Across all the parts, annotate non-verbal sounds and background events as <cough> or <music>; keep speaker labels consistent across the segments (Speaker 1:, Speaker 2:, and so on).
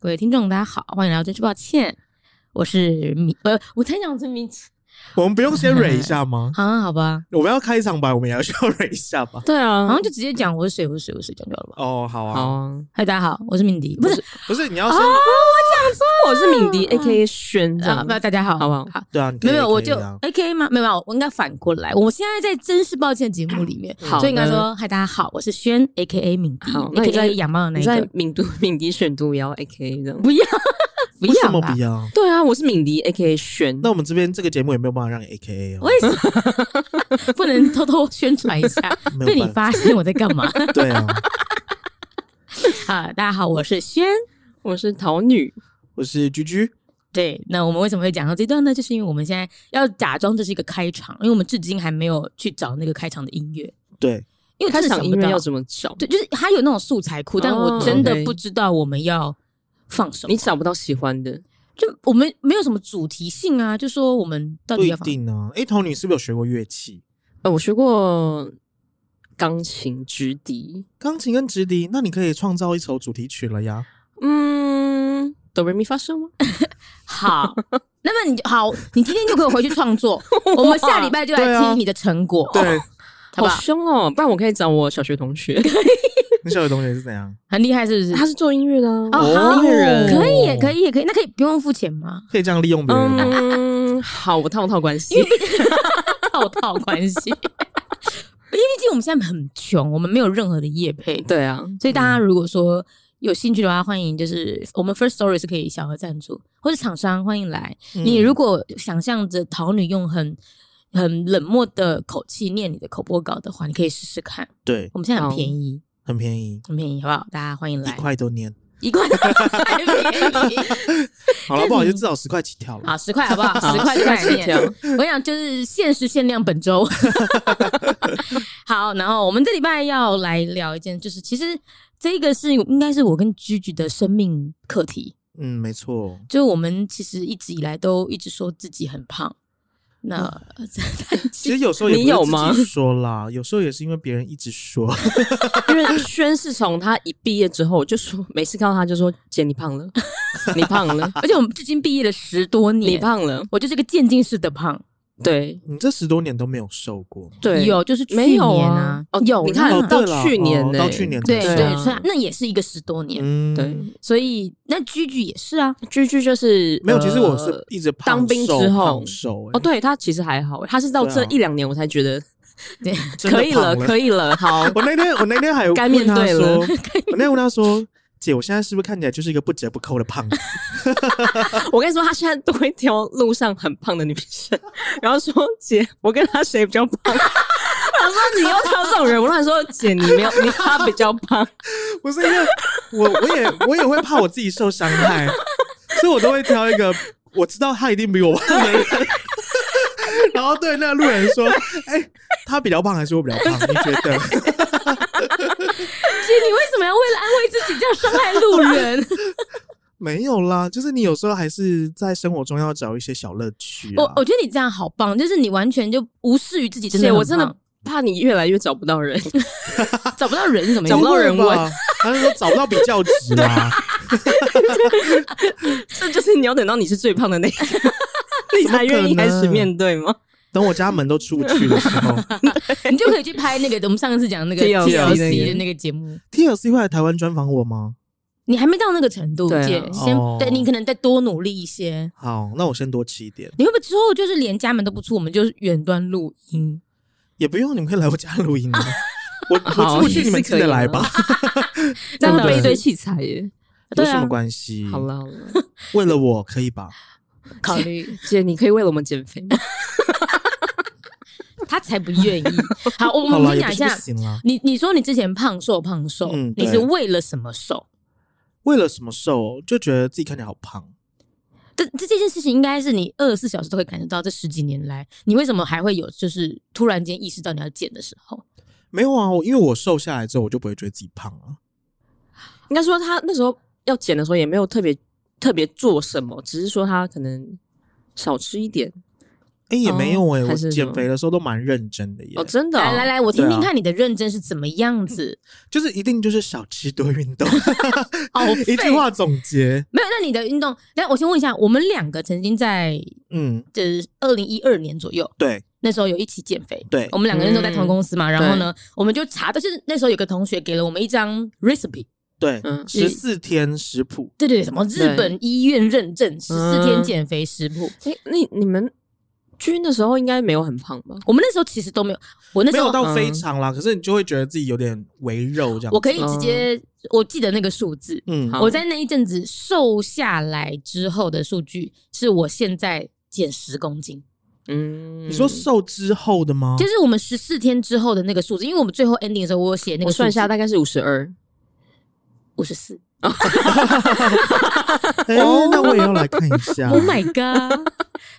Speaker 1: 各位听众，大家好，欢迎来到真是抱歉，我是米，呃，我才讲成米，
Speaker 2: <laughs> 我们不用先蕊一下
Speaker 1: <laughs>？
Speaker 2: 吗
Speaker 1: 好、啊，好吧，
Speaker 2: 我们要开场白，我们也要需要蕊一下
Speaker 1: <laughs>
Speaker 2: 吧？
Speaker 3: 对啊，
Speaker 1: 好像就直接讲我是谁，我是谁，我是谁讲就好啊了吧。
Speaker 2: 哦，好啊，
Speaker 3: 好啊，
Speaker 1: 嗨，大家好，我是敏迪，不是
Speaker 2: 不是你要先、
Speaker 3: 我是敏迪 A K A 轩这
Speaker 1: 嗯啊，
Speaker 3: 样
Speaker 1: 不，，大家好，
Speaker 3: 好不好
Speaker 1: 好，
Speaker 2: 对啊，你可
Speaker 1: 没
Speaker 2: 以
Speaker 1: 有，没有，我就
Speaker 2: 可以啊
Speaker 1: A K 吗？没有，没有，我应该反过来，我现在在真是抱歉节目里面，
Speaker 3: 好
Speaker 1: 所以应该
Speaker 3: 的
Speaker 1: 说，嗨，大家好，我是轩 A K A 敏迪
Speaker 3: 好那
Speaker 1: ，A
Speaker 3: 你在
Speaker 1: K A 养猫的那
Speaker 3: 你
Speaker 1: 一
Speaker 3: 在
Speaker 1: 个，
Speaker 3: 敏都 <laughs> 敏迪选毒也要 A K A 这样。
Speaker 1: 不要，不
Speaker 2: 为什
Speaker 1: 要
Speaker 2: 么
Speaker 1: 啦
Speaker 2: 不，要？
Speaker 3: 对啊，我是敏迪 A K A 轩，
Speaker 2: 那我们这边这个节目也没有办法让你 A K A 哦
Speaker 1: 为，什么 <laughs> 不能偷偷宣传一下？
Speaker 2: 没有
Speaker 1: 被你
Speaker 2: 办法
Speaker 1: 发现我在干嘛？ <laughs>
Speaker 2: 对啊，
Speaker 1: 啊，大家好，我是轩。
Speaker 3: 我是桃女，
Speaker 2: 我是居居，
Speaker 1: 对，那我们为什么会讲到这段呢？就是因为我们现在要假装这是一个开场，因为我们至今还没有去找那个开场的音乐，
Speaker 2: 对，
Speaker 1: 因为我
Speaker 3: 开
Speaker 1: 真的
Speaker 3: 场
Speaker 1: 想
Speaker 3: 音
Speaker 1: 不
Speaker 3: 乐
Speaker 1: 到
Speaker 3: 要怎么找？
Speaker 1: 对，就是它有那种素材库，但我
Speaker 3: 哦
Speaker 1: 真的
Speaker 3: OK
Speaker 1: 不知道我们要放什么。
Speaker 3: 你找不到喜欢的，
Speaker 1: 就我们没有什么主题性啊，就说我们到
Speaker 2: 不
Speaker 1: 底
Speaker 2: 一
Speaker 1: 要放。
Speaker 2: 定呢。哎，头女是不是有学过乐器？
Speaker 3: 呃，我学过钢琴、直笛，
Speaker 2: 钢琴跟直笛，那你可以创造一首主题曲了呀！
Speaker 3: 嗯，哆瑞咪发嗦吗？
Speaker 1: 哎好，那么你就好，你今天就给我回去创
Speaker 3: <laughs>
Speaker 1: 作，我们下礼拜就来
Speaker 2: 对啊
Speaker 1: 听你的成果，
Speaker 2: 对，
Speaker 1: 好不
Speaker 3: 好
Speaker 1: 好？
Speaker 3: 凶哦，不然我可以找我小学
Speaker 1: <laughs>
Speaker 3: 同学，
Speaker 2: 那小学同学是怎样？
Speaker 1: 很厉害是不是？
Speaker 3: 他是做音乐的啊
Speaker 1: 哦好
Speaker 3: 音乐人
Speaker 1: 可以耶，可以耶，可以，那可以不用付钱吗？
Speaker 2: 可以这样利用别人吗？
Speaker 3: 嗯， <laughs> 好，我套套关系，
Speaker 1: 套套关系。 <laughs> 因为毕竟我们现在很穷，我们没有任何的业配，
Speaker 3: 对啊，
Speaker 1: 所以大家如果说有兴趣的话，欢迎就是我们 First Story 是可以小额赞助，或是厂商欢迎来。
Speaker 2: 嗯
Speaker 1: 你如果想象着桃女用很很冷漠的口气念你的口播稿的话，你可以试试看。
Speaker 2: 对，
Speaker 1: 我们现在很
Speaker 3: 好
Speaker 1: 便宜，
Speaker 2: 很便宜，
Speaker 1: 很便宜，好不好？大家欢迎
Speaker 2: 一
Speaker 1: 来，
Speaker 2: 块多年。
Speaker 1: 一块太便宜，
Speaker 2: 好了，不好意思，至少十块起跳了。
Speaker 1: 好十块好不好？
Speaker 3: 好
Speaker 1: 十块就买
Speaker 3: 这
Speaker 1: 面。
Speaker 3: 样
Speaker 1: 我想就是限时限量本周。 <laughs> 好，然后我们这礼拜要来聊一件，就是其实这个是应该是我跟居居的生命课题，
Speaker 2: 嗯，没错。
Speaker 1: 就是我们其实一直以来都一直说自己很胖，那 <laughs> 但
Speaker 2: 其
Speaker 1: 其
Speaker 2: 实
Speaker 1: 实
Speaker 2: 有时候也
Speaker 3: 你
Speaker 2: 不是
Speaker 3: 嗯有
Speaker 2: 自己
Speaker 3: 吗
Speaker 2: 说啦，有时候也是因为别人一直说。 <laughs>
Speaker 3: 因为轩是从他一毕业之后我就说，每次看到他就说：“姐，你胖了，你胖
Speaker 1: <laughs>
Speaker 3: 了，
Speaker 1: 而且我们至今毕业了十多
Speaker 3: 你
Speaker 1: 年，
Speaker 3: 胖了。
Speaker 1: 我就是个渐进式的胖，
Speaker 3: 对”
Speaker 2: 你这十多年都没有瘦过吗？
Speaker 3: 对，
Speaker 1: 有就是去
Speaker 3: 没有
Speaker 1: 年
Speaker 3: 啊？哦，
Speaker 1: 有
Speaker 3: 你看
Speaker 1: 啦
Speaker 2: 哦
Speaker 3: 到
Speaker 2: 对啦
Speaker 3: 去年
Speaker 2: 哦
Speaker 3: 呢，
Speaker 2: 到去年
Speaker 1: 对
Speaker 2: 才瘦
Speaker 3: 对
Speaker 1: 对，
Speaker 3: 啊
Speaker 1: 所以那也是一个十多年，
Speaker 2: 嗯，
Speaker 3: 对，
Speaker 1: 所以那居居也是啊，
Speaker 3: 居居就是
Speaker 2: 没有。其实我
Speaker 3: 呃
Speaker 2: 是一直胖
Speaker 3: 当兵
Speaker 2: 瘦
Speaker 3: 之后
Speaker 2: 胖瘦
Speaker 3: 哦，，对他其实还好，他是到这
Speaker 2: 对啊
Speaker 3: 一两年我才觉得
Speaker 1: 对，
Speaker 2: 哎真的
Speaker 3: 可以了，
Speaker 2: 胖
Speaker 3: 可以
Speaker 2: <laughs>
Speaker 3: 了，好
Speaker 2: 我那天我那天还
Speaker 3: 该
Speaker 2: 问
Speaker 3: 面
Speaker 2: 他
Speaker 3: 对了
Speaker 2: 说，我那天问他说。姐，我现在是不是看起来就是一个不折不扣的胖子？ <laughs>
Speaker 3: 我跟你说，他现在都会挑路上很胖的女生，然后说：“姐，我跟她谁比较胖？” <laughs> 我说：“你又挑这种人。”我乱说：“姐，你没有，你她比较胖。
Speaker 2: 不是因为我我也我也会怕我自己受伤害，所以我都会挑一个我知道他一定比我胖的人， <laughs> 然后对那个路人说：“哎、他比较胖还是我比较胖？你觉得？”
Speaker 1: 居你为什么要为了安慰自己这样伤害路
Speaker 2: <laughs>
Speaker 1: 人？
Speaker 2: 没有啦，就是你有时候还是在生活中要找一些小乐趣、啊。
Speaker 3: 哦
Speaker 1: 我我觉得你这样好棒，就是你完全就无视于自己”真的
Speaker 3: 姐，
Speaker 1: 很胖，
Speaker 3: 我真的怕你越来越找不到人。
Speaker 1: 找不到人是什么意
Speaker 2: <laughs>
Speaker 3: 找
Speaker 1: 思
Speaker 3: 不？到人
Speaker 2: 不会
Speaker 3: 问
Speaker 2: 吧，他是说找不到比较值啊啦，
Speaker 3: 这就是你要等到你是最胖的那个， <laughs> 你才愿意开始 <laughs> 面对吗？
Speaker 2: 等我家门都出不去的时
Speaker 3: <laughs>
Speaker 2: 候
Speaker 1: 你就可以去拍那个我们上次讲那个
Speaker 2: <laughs>
Speaker 3: TLC
Speaker 2: 啊
Speaker 1: 的那个节目。
Speaker 2: ，TLC 会来台湾专访我吗？
Speaker 1: 你还没到那个程度，
Speaker 3: 对啊
Speaker 1: 姐，先
Speaker 2: 哦
Speaker 1: 对你可能再多努力一些。
Speaker 2: 好，那我先多吃一点，
Speaker 1: 你会不会之后就是连家门都不出，我们就是远端录音？
Speaker 2: 也不用你们可以来我家录音
Speaker 3: <laughs>
Speaker 2: 啊。我
Speaker 3: 好
Speaker 2: 我出不去，你们记得
Speaker 3: <laughs>
Speaker 2: 来吧，
Speaker 3: 这
Speaker 1: 真
Speaker 3: 样
Speaker 1: 的
Speaker 3: 背一堆器材耶。
Speaker 1: 对
Speaker 2: 有
Speaker 1: 啊
Speaker 2: 什么关系？
Speaker 3: 好，了好 <laughs> 了，
Speaker 2: 为了我可以吧？
Speaker 1: 考虑
Speaker 3: 姐，你可以为了我们减肥吗？
Speaker 1: 他才不愿
Speaker 2: <laughs>
Speaker 1: 意。好，我
Speaker 2: 好
Speaker 1: 们
Speaker 2: 了，
Speaker 1: 先
Speaker 2: 也
Speaker 1: 讲
Speaker 2: 不
Speaker 1: 一下。
Speaker 2: 是不行啦。
Speaker 1: 你你说你之前胖瘦胖瘦，
Speaker 2: 嗯
Speaker 1: 你
Speaker 2: 对
Speaker 1: 是为了什么瘦？
Speaker 2: 为了什么瘦，就觉得自己看起来好胖。
Speaker 1: 这这这件事情应该是你二十四小时都会感觉到，这十几年来，你为什么还会有就是突然间意识到你要减的时候？
Speaker 2: 没有啊，我因为我瘦下来之后，我就不会觉得自己胖啊了、
Speaker 3: <laughs> 应该说他那时候要减的时候也没有特别特别做什么，只是说他可能少吃一点，
Speaker 2: 哎、哎、也没有哎、
Speaker 3: 哦
Speaker 2: 我
Speaker 3: 还是
Speaker 2: 减肥的时候都蛮认真的耶，
Speaker 3: 哦，真的、
Speaker 1: 来来，来，我听
Speaker 2: 对啊
Speaker 1: 听看你的认真是怎么样子。
Speaker 2: 就是一定就是少吃多运动，
Speaker 1: <laughs> 好
Speaker 2: 一句
Speaker 1: 废
Speaker 2: 话总结，
Speaker 1: 没有，那你的运动，那我先问一下，我们两个曾经在
Speaker 2: 嗯，
Speaker 1: 就是二零一二年左右，
Speaker 2: 对
Speaker 1: 那时候有一起减肥，
Speaker 2: 对嗯
Speaker 1: 我们两个人都在同公司嘛，然后呢，我们就查，但是那时候有个同学给了我们一张 recipe，
Speaker 2: 对
Speaker 3: 嗯，
Speaker 2: 十四天食谱，
Speaker 1: 对对对，什么日本医院认证十四
Speaker 2: 嗯
Speaker 1: 天减肥食谱，
Speaker 3: 哎，那你们军的时候应该没有很胖吧？
Speaker 1: 我们那时候其实都没有，我那
Speaker 2: 没
Speaker 1: 时候嗯
Speaker 2: 有到非常啦，可是你就会觉得自己有点微肉这样子。
Speaker 1: 我可以直接，我记得那个数字，
Speaker 2: 嗯，
Speaker 3: 好
Speaker 1: 我在那一阵子瘦下来之后的数据，是我现在减十公斤。
Speaker 3: 嗯，
Speaker 2: 你说瘦之后的吗？
Speaker 1: 就是我们十四天之后的那个数字，因为我们最后 ending 的时候，我有写那
Speaker 3: 我
Speaker 1: 个
Speaker 3: 算一下，
Speaker 1: 概
Speaker 3: 大概是五十二。
Speaker 1: 五十四。
Speaker 2: 哎、
Speaker 1: 哦
Speaker 2: 那我也要来看
Speaker 1: <laughs>
Speaker 2: 一下。
Speaker 1: Oh my god！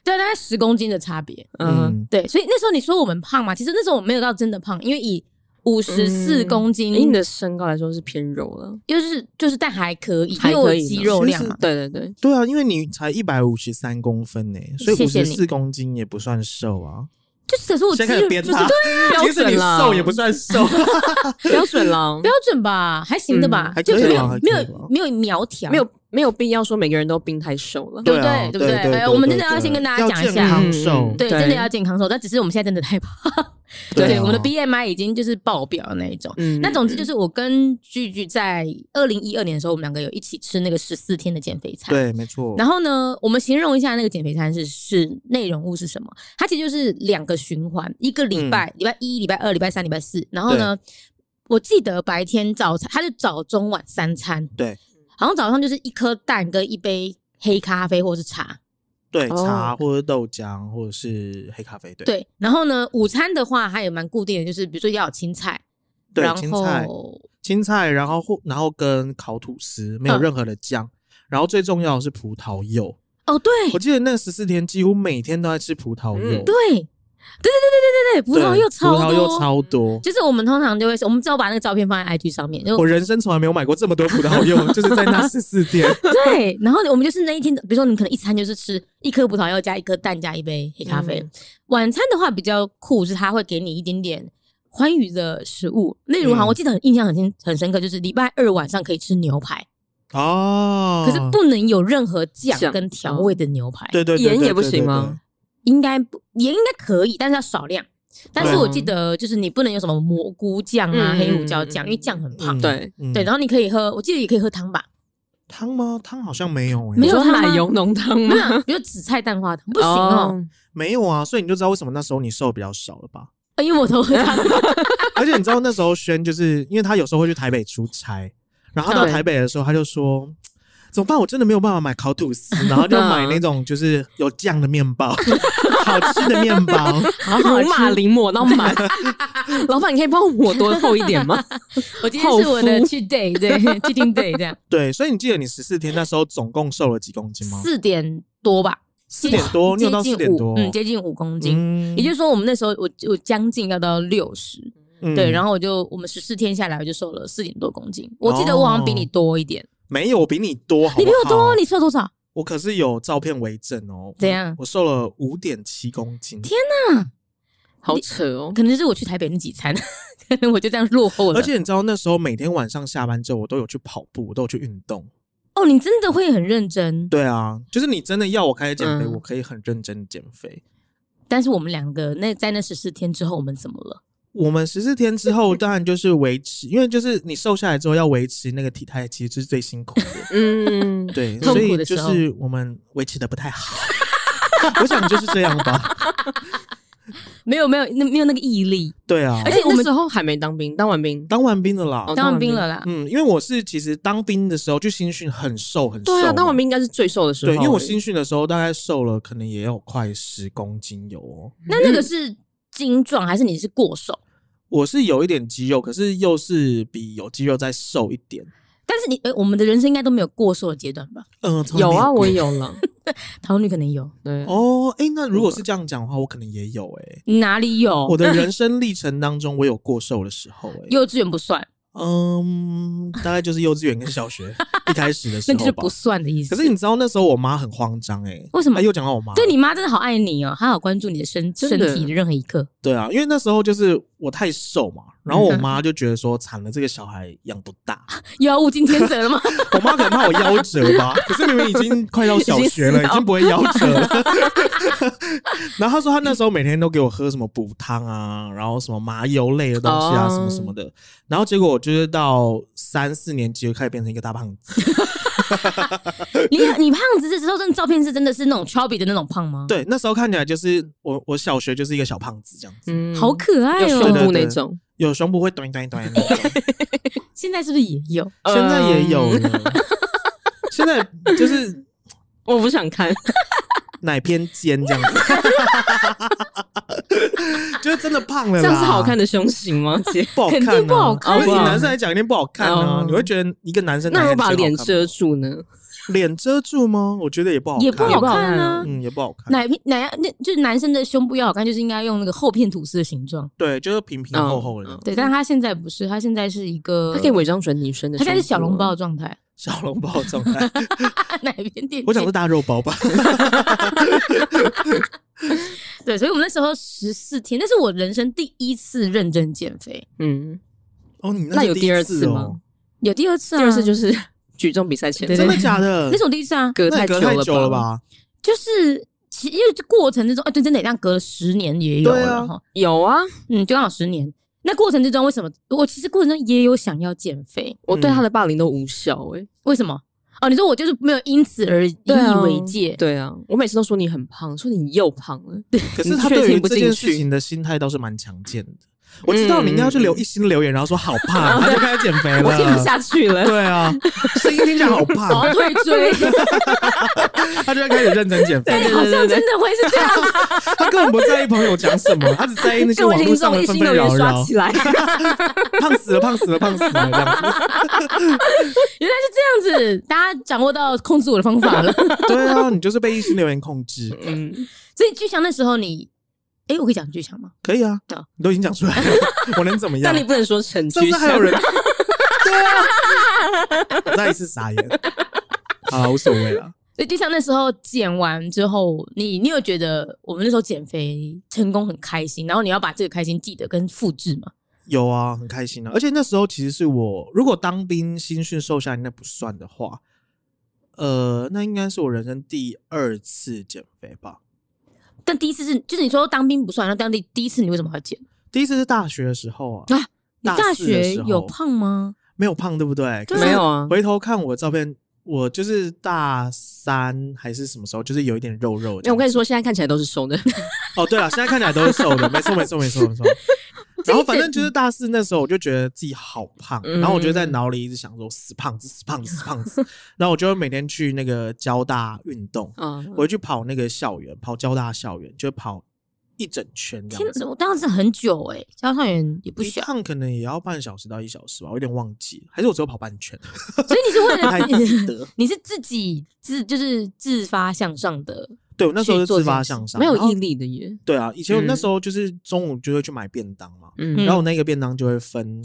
Speaker 1: 对，大概十公斤的差别。
Speaker 3: 嗯，
Speaker 2: 嗯，
Speaker 1: 对，所以那时候你说我们胖嘛，其实那时候我没有到真的胖，因为以五十四
Speaker 3: 嗯
Speaker 1: 公斤，
Speaker 3: 以你的身高来说是偏柔了。
Speaker 1: 就是就是但还可以，
Speaker 3: 还
Speaker 1: 因为我
Speaker 3: 可以
Speaker 1: 有肌
Speaker 3: 嘛
Speaker 1: 肉量
Speaker 2: 其
Speaker 1: 嘛
Speaker 2: 实。
Speaker 3: 对对对，
Speaker 2: 对啊，因为你才一百五十三公分呢、所以
Speaker 1: 谢
Speaker 2: 五
Speaker 1: 谢
Speaker 2: 十
Speaker 1: 你
Speaker 2: 四公斤也不算瘦啊。
Speaker 1: 就是可是我肌
Speaker 2: 现在开始
Speaker 1: 肉
Speaker 2: 鞭
Speaker 1: 就是对
Speaker 2: 挞
Speaker 1: 啊
Speaker 3: 标
Speaker 2: 其实
Speaker 3: 准
Speaker 2: 你
Speaker 3: 啦，
Speaker 2: 瘦也不
Speaker 1: <laughs>
Speaker 2: 算瘦，
Speaker 3: <laughs> 标准啦，
Speaker 1: 标准吧，还行的吧
Speaker 2: 嗯，还
Speaker 1: 就
Speaker 2: 可以
Speaker 1: 没
Speaker 2: 吧
Speaker 1: 有
Speaker 2: 还
Speaker 1: 没
Speaker 2: 可以吧
Speaker 1: 有没有苗条，
Speaker 3: 没有没有必要说每个人都冰太瘦了。
Speaker 1: 对不
Speaker 2: 啊
Speaker 1: 对对不对哎我们真的要先跟大家讲一下
Speaker 2: 要健康
Speaker 3: 嗯
Speaker 2: 瘦，
Speaker 1: 对，
Speaker 3: 对
Speaker 1: 真的要健康瘦，但只是我们现在真的太胖，
Speaker 2: 对啊
Speaker 1: 我们的 BMI 已经就是爆表的那一种。
Speaker 3: 嗯
Speaker 1: 那总之就是我跟聚聚在二零一二年的时候，我们两个有一起吃那个十四天的减肥餐。。
Speaker 2: 对，没错。
Speaker 1: 然后呢，我们形容一下那个减肥餐是是内容物是什么？它其实就是两个循环，一个
Speaker 2: 嗯
Speaker 1: 礼拜，礼、拜一、礼拜二、礼拜三、礼拜四。然后呢，我记得白天早餐，它就早中晚三餐。
Speaker 2: 对。
Speaker 1: 好像早上就是一颗蛋跟一杯黑咖啡或是茶。
Speaker 2: 对
Speaker 3: 哦
Speaker 2: 茶或者豆浆或者是黑咖啡，对
Speaker 1: 对。然后呢，午餐的话它也蛮固定的，就是比如说要有青菜，
Speaker 2: 对
Speaker 1: 然
Speaker 2: 青菜
Speaker 1: 后
Speaker 2: 青菜，然后或然后跟烤吐司，没有
Speaker 1: 嗯
Speaker 2: 任何的酱。然后最重要的是葡萄柚，
Speaker 1: 哦对
Speaker 2: 我记得那十四天几乎每天都在吃葡萄柚，
Speaker 3: 嗯
Speaker 1: 对对对对对对对对，葡萄
Speaker 2: 对
Speaker 1: 柚超
Speaker 2: 葡萄
Speaker 1: 多
Speaker 2: 柚。超多。
Speaker 1: 就是我们通常就会，我们只要把那个照片放在 IG
Speaker 2: <laughs>
Speaker 1: 上面，就
Speaker 2: 我人生从来没有买过这么多葡萄柚，就是在那十四
Speaker 1: <laughs>
Speaker 2: 天。
Speaker 1: 对，然后我们就是那一天，比如说你可能一餐就是吃一颗葡萄柚加一颗蛋加一杯黑咖啡。
Speaker 3: 嗯
Speaker 1: 晚餐的话比较酷，是它会给你一点点欢愉的食物，例如哈，
Speaker 2: 嗯
Speaker 1: 我记得很印象很深很深刻，就是礼拜二晚上可以吃牛排，
Speaker 2: 哦，
Speaker 1: 可是不能有任何酱
Speaker 3: 酱
Speaker 1: 跟调味的牛排，
Speaker 2: 对对对
Speaker 3: 盐
Speaker 2: 对
Speaker 3: 也不
Speaker 2: 对
Speaker 3: 行
Speaker 2: 对
Speaker 3: 吗
Speaker 1: 应该不也应该可以，但是要少量。但是我记
Speaker 2: 啊
Speaker 1: 得就是你不能有什么蘑菇酱啊、
Speaker 3: 嗯
Speaker 1: 黑胡椒酱，
Speaker 3: 嗯
Speaker 1: 因为酱很
Speaker 2: 对
Speaker 1: 胖。
Speaker 2: 嗯
Speaker 3: 对
Speaker 2: 嗯
Speaker 1: 对，然后你可以喝，我记得也可以喝汤吧，
Speaker 2: 汤吗？汤好像没有欸，
Speaker 1: 没有
Speaker 3: 你说
Speaker 1: 汤吗
Speaker 3: 奶油浓汤
Speaker 1: 没
Speaker 3: 吗？
Speaker 1: 有，啊比如紫菜蛋花
Speaker 3: 啊
Speaker 1: 汤不行哦，
Speaker 2: 没有啊，所以你就知道为什么那时候你瘦得比较少了吧？
Speaker 1: 哎因为我头喝
Speaker 3: <laughs>
Speaker 1: 汤。
Speaker 2: 而且你知道那时候轩就是因为他有时候会去台北出差，然后他到
Speaker 3: 对
Speaker 2: 台北的时候他就说。怎么办？我真的没有办法买烤吐司，然后就
Speaker 1: 嗯
Speaker 2: 买那种就是有酱的面包， <laughs> 好吃的面包。
Speaker 1: 好好
Speaker 3: 乳马
Speaker 1: 吃
Speaker 3: 临摹到 <laughs> 满。老板，你可以帮我多厚一点 <laughs> 吗？
Speaker 1: 我今天是我的
Speaker 3: 厚敷
Speaker 1: 去 day，对， <laughs> 去听 day 这样，
Speaker 2: 对，所以你记得你十四天那时候总共瘦了几公斤吗？
Speaker 1: 四点多吧，
Speaker 2: 四点多，你有
Speaker 1: 接
Speaker 2: 到四
Speaker 1: 近
Speaker 2: 点多
Speaker 1: 五，
Speaker 2: 哦，
Speaker 1: 嗯，接近五公斤。
Speaker 2: 嗯
Speaker 1: 也就是说，我们那时候我我将近要到六十，对，然
Speaker 2: 后
Speaker 1: 后我就我们十四天下来，我就瘦了四点多公斤。我记得我好像比你
Speaker 2: 哦
Speaker 1: 多一点，
Speaker 2: 没有，我比你多，好不
Speaker 1: 你比我
Speaker 2: 好
Speaker 1: 多，你瘦多少？
Speaker 2: 我可是有照片为证哦。
Speaker 1: 怎样
Speaker 2: 我瘦了五点七公斤，
Speaker 3: 好扯哦！
Speaker 1: 可能是我去台北那几餐， <laughs> 可能我就这样落后了。
Speaker 2: 而且你知道那时候每天晚上下班之后，我都有去跑步，我都有去运动。
Speaker 1: 哦，你真的会很认真，
Speaker 2: 对啊，就是你真的要我开始减肥，
Speaker 3: 嗯
Speaker 2: 我可以很认真地减肥。
Speaker 1: 但是我们两个那在那十四天之后，我们怎么了？
Speaker 2: 我们十四天之后，当然就是维持，因为就是你瘦下来之后要维持那个体态，其实是最辛苦
Speaker 3: <laughs>
Speaker 2: 的。
Speaker 3: <laughs> 嗯，
Speaker 2: 对，
Speaker 1: 痛苦
Speaker 2: 所以
Speaker 1: 的
Speaker 2: 就
Speaker 1: 时候
Speaker 2: 是我们维持的不太好。 <laughs> 我想就是这样吧。
Speaker 1: 没有没有，那没有那个毅力，
Speaker 2: 对啊
Speaker 3: 而，
Speaker 1: 且
Speaker 3: 且
Speaker 1: 我
Speaker 3: 我
Speaker 1: 们
Speaker 3: 们哎时候还没当兵，当完兵，
Speaker 2: 当完兵了啦。
Speaker 3: 哦
Speaker 1: 当完兵了啦。
Speaker 2: 嗯，因为我是其实当兵的时候就新训很瘦很瘦嘛，
Speaker 3: 对啊，当完兵应该是最瘦的时候。
Speaker 2: 对，因为我新训的时候大概瘦了，可能也有快十公斤有哦。
Speaker 1: 那那个是精壮还是你是过瘦？
Speaker 2: 我是有一点肌肉，可是又是比有肌肉再瘦一点。
Speaker 1: 但是你，呃，我们的人生应该都没有过瘦的阶段吧？
Speaker 2: 嗯、
Speaker 3: 有啊，
Speaker 2: 从
Speaker 3: 我
Speaker 2: 来没
Speaker 3: 有 <laughs> 了。
Speaker 1: 桃女可能有，
Speaker 3: 对，
Speaker 2: 哦，哎、那如果是这样讲的话，我可能也有哎、
Speaker 1: 哪里有？
Speaker 2: 我的人生历程当中，我有过瘦的时候哎、
Speaker 1: 幼稚园不算，
Speaker 2: 嗯，大概就是幼稚园跟小学
Speaker 1: <laughs>
Speaker 2: 一开始的时
Speaker 1: 那就
Speaker 2: 候
Speaker 1: 是
Speaker 2: 吧
Speaker 1: 不。算的意思。
Speaker 2: 可是你知道那时候我妈很慌张哎、欸，
Speaker 1: 为什么
Speaker 2: 哎又讲到我妈了？
Speaker 1: 对你妈真的好爱你哦，她好关注你的身
Speaker 3: 真
Speaker 1: 身
Speaker 3: 的
Speaker 1: 体的任何一刻。
Speaker 2: 对啊，因为那时候就是我太瘦嘛，然后我
Speaker 1: 嗯
Speaker 2: 妈就觉得说，惨了，这个小孩养不大。
Speaker 1: 又要物竞天择了
Speaker 2: <laughs>
Speaker 1: 吗？
Speaker 3: <laughs>
Speaker 2: 我妈可能怕我夭折吧，可是明明已经快到小学了，
Speaker 3: 已
Speaker 2: 已
Speaker 3: 经死了
Speaker 2: 经不会夭折了。 <laughs> 然后她说她那时候每天都给我喝什么补汤啊，然后什么麻油类的东西啊，
Speaker 3: 哦
Speaker 2: 什么什么的。然后结果我就是到三四年级就开始变成一个大胖子。
Speaker 3: <laughs>
Speaker 1: 你你胖子这时候，真的照片是真的是那种 chubby 的那种胖吗？，
Speaker 2: 对，那时候看起来就是我我小学就是一个小胖子这样子，
Speaker 3: 嗯
Speaker 1: 好可爱
Speaker 3: 有胸
Speaker 1: 哦。
Speaker 3: 部那种，
Speaker 2: 有胸部会短短短
Speaker 3: <laughs>
Speaker 2: 那种。
Speaker 1: 现在是不是也有？
Speaker 2: 现在也有
Speaker 3: 嗯，
Speaker 2: 了，现在就是
Speaker 3: 我不想看，
Speaker 2: 奶偏尖这样
Speaker 3: <laughs>
Speaker 2: 子，就是真的胖了
Speaker 3: 这
Speaker 2: 啦。
Speaker 3: 样是好看的胸型
Speaker 2: <laughs>
Speaker 3: 吗？姐，
Speaker 2: 不好看、啊，
Speaker 1: 肯定不好看
Speaker 2: 因为你
Speaker 3: 哦不好
Speaker 2: 男生来讲一定不好看啊，
Speaker 3: 哦
Speaker 2: 你会觉得一个男生
Speaker 3: <laughs> 那如果把
Speaker 2: 男生
Speaker 3: 脸
Speaker 2: 好看吗
Speaker 3: 遮住呢？
Speaker 2: 脸遮住吗？我觉得也不好看，
Speaker 1: 也不好看啊。
Speaker 2: 嗯，也不好看。
Speaker 1: 奶奶那就是男生的胸部要好看，就是应该用那个厚片吐司的形状。
Speaker 2: 对，就是平平厚厚的、
Speaker 3: 嗯嗯
Speaker 1: 对，但他现在不是，他现在是一个，
Speaker 3: 它可以伪装成女生的
Speaker 1: 他
Speaker 3: 胸
Speaker 1: 现
Speaker 3: 部，啊
Speaker 1: 在是小笼包的状态，
Speaker 2: 小笼包状态。 <laughs>
Speaker 1: 奶边垫。
Speaker 2: 我想是大肉包吧， <laughs>
Speaker 1: 对，所以我们那时候十四天，那是我人生第一次认真减肥，
Speaker 3: 嗯，
Speaker 2: 哦，你
Speaker 3: 那
Speaker 2: 是
Speaker 3: 有
Speaker 2: 第
Speaker 3: 第二
Speaker 2: 次
Speaker 3: 次
Speaker 2: 哦
Speaker 3: 吗？
Speaker 1: 有第二次、啊，
Speaker 3: 第二次就是 <laughs> 举重比赛前，
Speaker 1: 对
Speaker 2: <laughs> 真的假的？
Speaker 1: 那是我第一次啊，
Speaker 3: 隔
Speaker 2: 那
Speaker 3: 太
Speaker 2: 你嗯隔太久
Speaker 3: 久
Speaker 2: 了
Speaker 3: 吧？
Speaker 2: 吧？
Speaker 1: 就是其因为这过程之中，哎、对，真的这样隔了十年也有
Speaker 2: 对啊
Speaker 1: 了哈、
Speaker 3: 有啊，
Speaker 1: 嗯，就刚好十年。那过程之中，为什么我其实过程中也有想要减肥？
Speaker 3: 我
Speaker 2: 嗯
Speaker 3: 对他的霸凌都无效哎，
Speaker 1: 为什么？哦，你说我就是没有因此而引
Speaker 3: 对啊
Speaker 1: 以为戒，
Speaker 3: 对啊，我每次都说你很胖，说你又胖了，
Speaker 2: 可是他
Speaker 3: 你确
Speaker 2: 对于
Speaker 3: 定不
Speaker 2: 这件
Speaker 3: 进去
Speaker 2: 事情的心态倒是蛮强健的。我知道你应该要去留一心留言，然后说好胖，他就开始减肥了。
Speaker 3: <laughs> 我听不下去
Speaker 2: <laughs>
Speaker 3: 了。
Speaker 2: 对啊，声音听起来好
Speaker 1: <laughs> 然后
Speaker 2: 胖，
Speaker 1: 哦退追，
Speaker 2: 他就会开始认真减肥。
Speaker 1: 对，好像真的会是这样。
Speaker 2: 他根本不在意朋友讲什么，他只在意那些
Speaker 3: 各位
Speaker 2: 网络
Speaker 3: 听
Speaker 2: 上
Speaker 3: 众
Speaker 2: 的
Speaker 3: 一
Speaker 2: 纷
Speaker 3: 心留
Speaker 2: 纷扰
Speaker 3: 言刷
Speaker 2: 扰。
Speaker 3: 起
Speaker 2: <laughs>
Speaker 3: 来，
Speaker 2: 胖死了，胖死了，胖死了，这样子。
Speaker 1: 原来是这样子，大家掌握到控制我的方法了。
Speaker 2: 对啊，你就是被一心留言控制。
Speaker 3: 嗯，
Speaker 1: 所以剧场那时候你，哎、我可以讲剧场吗？
Speaker 2: 可以啊
Speaker 1: 对啊，
Speaker 2: 你都已经讲出来了，我能怎么样
Speaker 3: 但你？不能说成
Speaker 2: 上
Speaker 3: 居
Speaker 2: 次还有人，对啊，我再一次傻眼。啊，无所谓了。
Speaker 1: 所以剧场那时候减完之后，你你有觉得我们那时候减肥成功很开心，然后你要把这个开心记得跟复制嘛？
Speaker 2: 有啊，很开心啊！而且那时候其实是我，如果当兵新训瘦下来那不算的话，呃，那应该是我人生第二次减肥吧。
Speaker 1: 但第一次是，就是你说当兵不算，那当地第一次你为什么要减？
Speaker 2: 第一次是大学的时候啊，
Speaker 1: 啊你大
Speaker 2: 四的
Speaker 1: 学
Speaker 2: 时候
Speaker 1: 有胖吗？
Speaker 2: 没有胖对不对？可是
Speaker 3: 没有啊，
Speaker 2: 回头看我的照片，我就是大三还是什么时候，就是有一点肉肉
Speaker 3: 因为
Speaker 2: 的。
Speaker 3: 我跟你说，现在看起来都是
Speaker 2: <laughs>
Speaker 3: 瘦的，
Speaker 2: 哦，对了，现在看起来都是瘦的，没错，没错，没错，没错。然后反正就是大四那时候，我就觉得自己好胖，
Speaker 3: 嗯
Speaker 2: 然后我就在脑里一直想说死胖子，死胖子，死胖子。然后我就每天去那个交大运动，
Speaker 3: 嗯，
Speaker 2: 我会去跑那个校园，跑交大校园，就跑一整圈这
Speaker 1: 天
Speaker 2: 样子
Speaker 1: 哪，。我当时很久哎、欸，交上园也不
Speaker 2: 一 <laughs>
Speaker 1: 小，
Speaker 2: 趟可能也要半小时到一小时吧，我有点忘记，还是我只有跑半圈，
Speaker 1: 所以你是为
Speaker 2: 不太记
Speaker 1: 了
Speaker 2: 得。 <laughs>
Speaker 1: 你是自己自就是自发向上的，
Speaker 2: 对，我那时候是
Speaker 1: 去做
Speaker 2: 自
Speaker 1: 这件
Speaker 2: 发
Speaker 1: 事
Speaker 2: 向上，
Speaker 3: 没有
Speaker 2: 然后
Speaker 3: 毅力的耶，
Speaker 2: 对啊，以前我
Speaker 3: 嗯
Speaker 2: 那时候就是中午就会去买便当嘛，
Speaker 3: 嗯
Speaker 2: 然后我那个便当就会分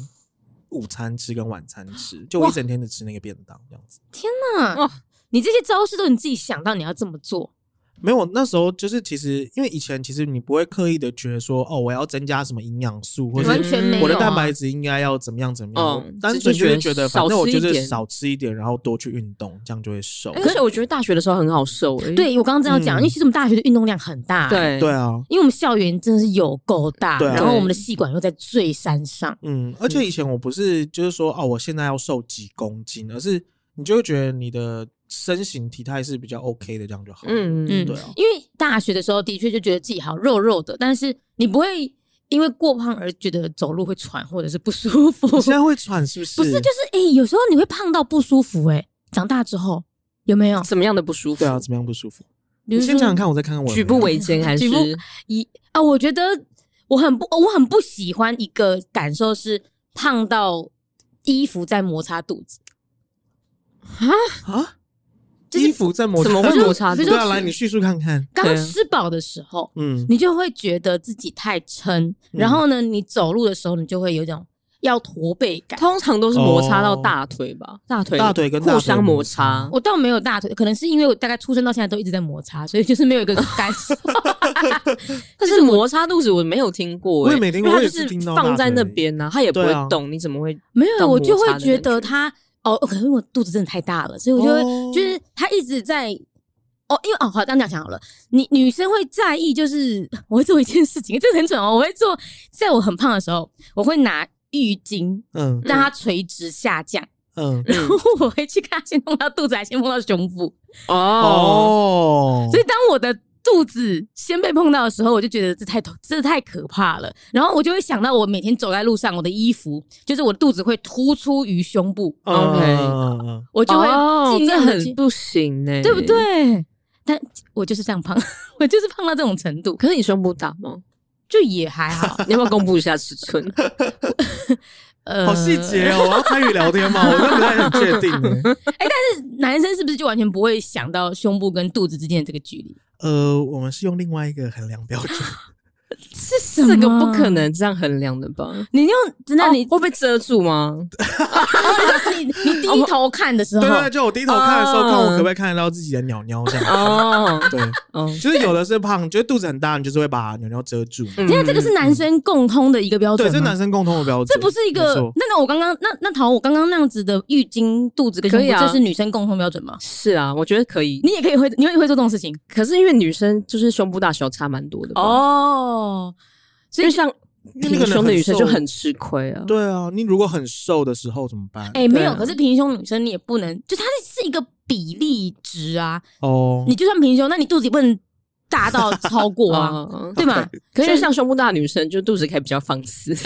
Speaker 2: 午餐吃跟晚餐吃，就我一整天的吃那个便当这样子。
Speaker 1: 嗯，
Speaker 3: 哇
Speaker 1: 你这些招式都是你自己想到你要这么做，
Speaker 2: 没有，我那时候就是其实因为以前其实你不会刻意的觉得说哦，我要增加什么营养素，或者
Speaker 1: 完全没有、啊。
Speaker 2: 我的蛋白质应该要怎么样怎么样，
Speaker 3: 嗯
Speaker 2: 单纯就是觉得反正我就
Speaker 3: 只是觉
Speaker 2: 是
Speaker 3: 得
Speaker 2: 少吃一点，然后多去运动，这样就会瘦。
Speaker 3: 而且我觉得大学的时候很好瘦
Speaker 2: <laughs>
Speaker 3: 哎，
Speaker 1: 对我刚刚这样讲，
Speaker 2: 嗯
Speaker 1: 因为其实我们大学的运动量很大、欸，
Speaker 3: 对
Speaker 2: 对，啊，
Speaker 1: 因为我们校园真的是有够大，
Speaker 2: 对啊
Speaker 1: 然后我们的系馆又在最山上，
Speaker 2: 嗯，而且以前我不是就是说哦，我现在要瘦几公斤，而是你就会觉得你的身形体态是比较 OK 的，这样就好了。
Speaker 3: 嗯
Speaker 1: 嗯
Speaker 3: 嗯
Speaker 2: 对啊，
Speaker 1: 因为大学的时候的确就觉得自己好肉肉的，但是你不会因为过胖而觉得走路会喘或者是不舒
Speaker 2: <laughs>
Speaker 1: 服，
Speaker 2: 你现在会喘是不是？
Speaker 1: 不是就是哎、欸有时候你会胖到不舒服哎、欸长大之后有没有？
Speaker 3: 怎么样的不舒服？
Speaker 2: 对啊，怎么样不舒服？
Speaker 1: 比
Speaker 2: 你
Speaker 1: 如
Speaker 2: 先
Speaker 1: 说
Speaker 2: 讲讲看，我再看看我有没有
Speaker 3: 举步维艰还是
Speaker 1: 举步一啊，我觉得我很不我很不喜欢一个感受是胖到衣服在摩擦肚子，
Speaker 2: 啊，
Speaker 1: 就是
Speaker 2: 衣服在摩擦，
Speaker 3: 怎么会摩擦
Speaker 1: 比如
Speaker 2: 对
Speaker 1: 说
Speaker 2: 啊，来你叙述看看。
Speaker 1: 刚
Speaker 3: 对
Speaker 1: 吃饱的时候。
Speaker 2: 嗯，
Speaker 1: 你就会觉得自己太撑，然后呢，你走路的时候，你就会有一种要驼背感。
Speaker 3: 通常都是摩擦到大腿吧，大腿
Speaker 2: 哦大腿跟大腿
Speaker 3: 互相摩擦。
Speaker 1: 我倒没有大腿，可能是因为我大概出生到现在都一直在摩擦，所以就是没有一个 <laughs> 感受。
Speaker 3: 但是摩擦肚子我没有听过、欸，
Speaker 2: 我也没听过
Speaker 3: 因为它
Speaker 2: 我也
Speaker 3: 就是
Speaker 2: 听
Speaker 3: 是
Speaker 2: 到
Speaker 3: 放
Speaker 2: 大
Speaker 3: 在
Speaker 2: 腿
Speaker 3: 那边呢、它也不会
Speaker 2: 对啊
Speaker 3: 动，你怎么会？
Speaker 1: 没有，
Speaker 3: 到
Speaker 1: 我
Speaker 3: 摩
Speaker 1: 就
Speaker 3: 擦
Speaker 1: 会
Speaker 3: 的
Speaker 1: 觉
Speaker 3: 感
Speaker 1: 得
Speaker 3: 觉
Speaker 1: 它哦，可能因为我肚子真的太大了，所以我就会、
Speaker 2: 哦
Speaker 1: 就是它一直在。哦，因为哦，好，这样讲讲好了。你女生会在意，就是 <laughs> 我会做一件事情，这个很准哦。我会做，在我很胖的时候，我会拿浴巾
Speaker 2: 嗯
Speaker 1: 让它垂直下降， <laughs>
Speaker 2: 嗯
Speaker 1: 然后我会去看它先碰到肚子，还是先碰到胸部。
Speaker 3: 哦，
Speaker 2: 哦，
Speaker 1: 所以当我的肚子先被碰到的时候，我就觉得这太这太可怕了。然后我就会想到，我每天走在路上，我的衣服就是我的肚子会突出于胸部，
Speaker 2: 嗯
Speaker 3: OK
Speaker 2: 嗯嗯嗯
Speaker 1: 我就
Speaker 3: 哦
Speaker 1: 会尽量
Speaker 3: 这
Speaker 1: 的
Speaker 3: 很
Speaker 1: 去，
Speaker 3: 不行欸呢、
Speaker 1: 对不？对？但我就是这样胖，我就是胖到这种程度，
Speaker 3: 可是你胸部大吗？
Speaker 1: 就也还
Speaker 2: <laughs>
Speaker 1: 好。
Speaker 3: 你要不要公布一下尺寸？
Speaker 1: 呃，
Speaker 2: 好细节哦！我要参与聊天吗？我都不太很确定欸。
Speaker 1: 男生是不是就完全不会想到胸部跟肚子之间的这个距离？
Speaker 2: 呃，我们是用另外一个衡量标准，
Speaker 1: 是什
Speaker 3: 这个不可。能这样衡量的吧？
Speaker 1: 你用那
Speaker 3: 哦
Speaker 1: 你、
Speaker 3: 会被遮住吗？
Speaker 1: 你
Speaker 2: <laughs>
Speaker 1: 你低头看的时候
Speaker 2: 哦对，对，就我低头看的时候，
Speaker 3: 哦
Speaker 2: 看我可不可以看得到自己的鸟鸟这样。
Speaker 1: 嗯
Speaker 3: 哦，
Speaker 2: 对，
Speaker 3: 哦，
Speaker 2: 就是有的是胖，觉得肚子很大，你就是会把鸟鸟遮住。
Speaker 3: 嗯
Speaker 1: 你看这个是男生共通的一个标准嗯
Speaker 2: 嗯对，
Speaker 1: 吗，
Speaker 2: 这是男生共同的标准。
Speaker 1: 这不是一
Speaker 2: 没
Speaker 1: 个
Speaker 2: 错
Speaker 1: 那那我刚刚那那桃我刚刚那样子的浴巾肚子跟胸
Speaker 3: 可以
Speaker 1: 部，
Speaker 3: 啊
Speaker 1: 这是女生共同标准吗？
Speaker 3: 是啊，我觉得可以。
Speaker 1: 你也可以会，你也会做这种事情
Speaker 3: 可是因为女生就是胸部大小差蛮多的哦，
Speaker 1: 哦。
Speaker 3: 所以像
Speaker 2: 因为那个
Speaker 3: 挺
Speaker 2: 人
Speaker 3: 胸的女生
Speaker 2: 很瘦
Speaker 3: 就很吃亏啊。
Speaker 2: 对啊，你如果很瘦的时候怎么办？
Speaker 1: 哎、没有，
Speaker 3: 对啊
Speaker 1: 可是平胸女生你也不能，就它是是一个比例值啊。
Speaker 2: 哦
Speaker 1: 你，就算平胸，那你肚子也不能大到超过啊，
Speaker 3: 哦，
Speaker 1: 对吗？
Speaker 3: 可
Speaker 1: 所以
Speaker 3: 是像胸部大的女生，就肚子可以比较放肆。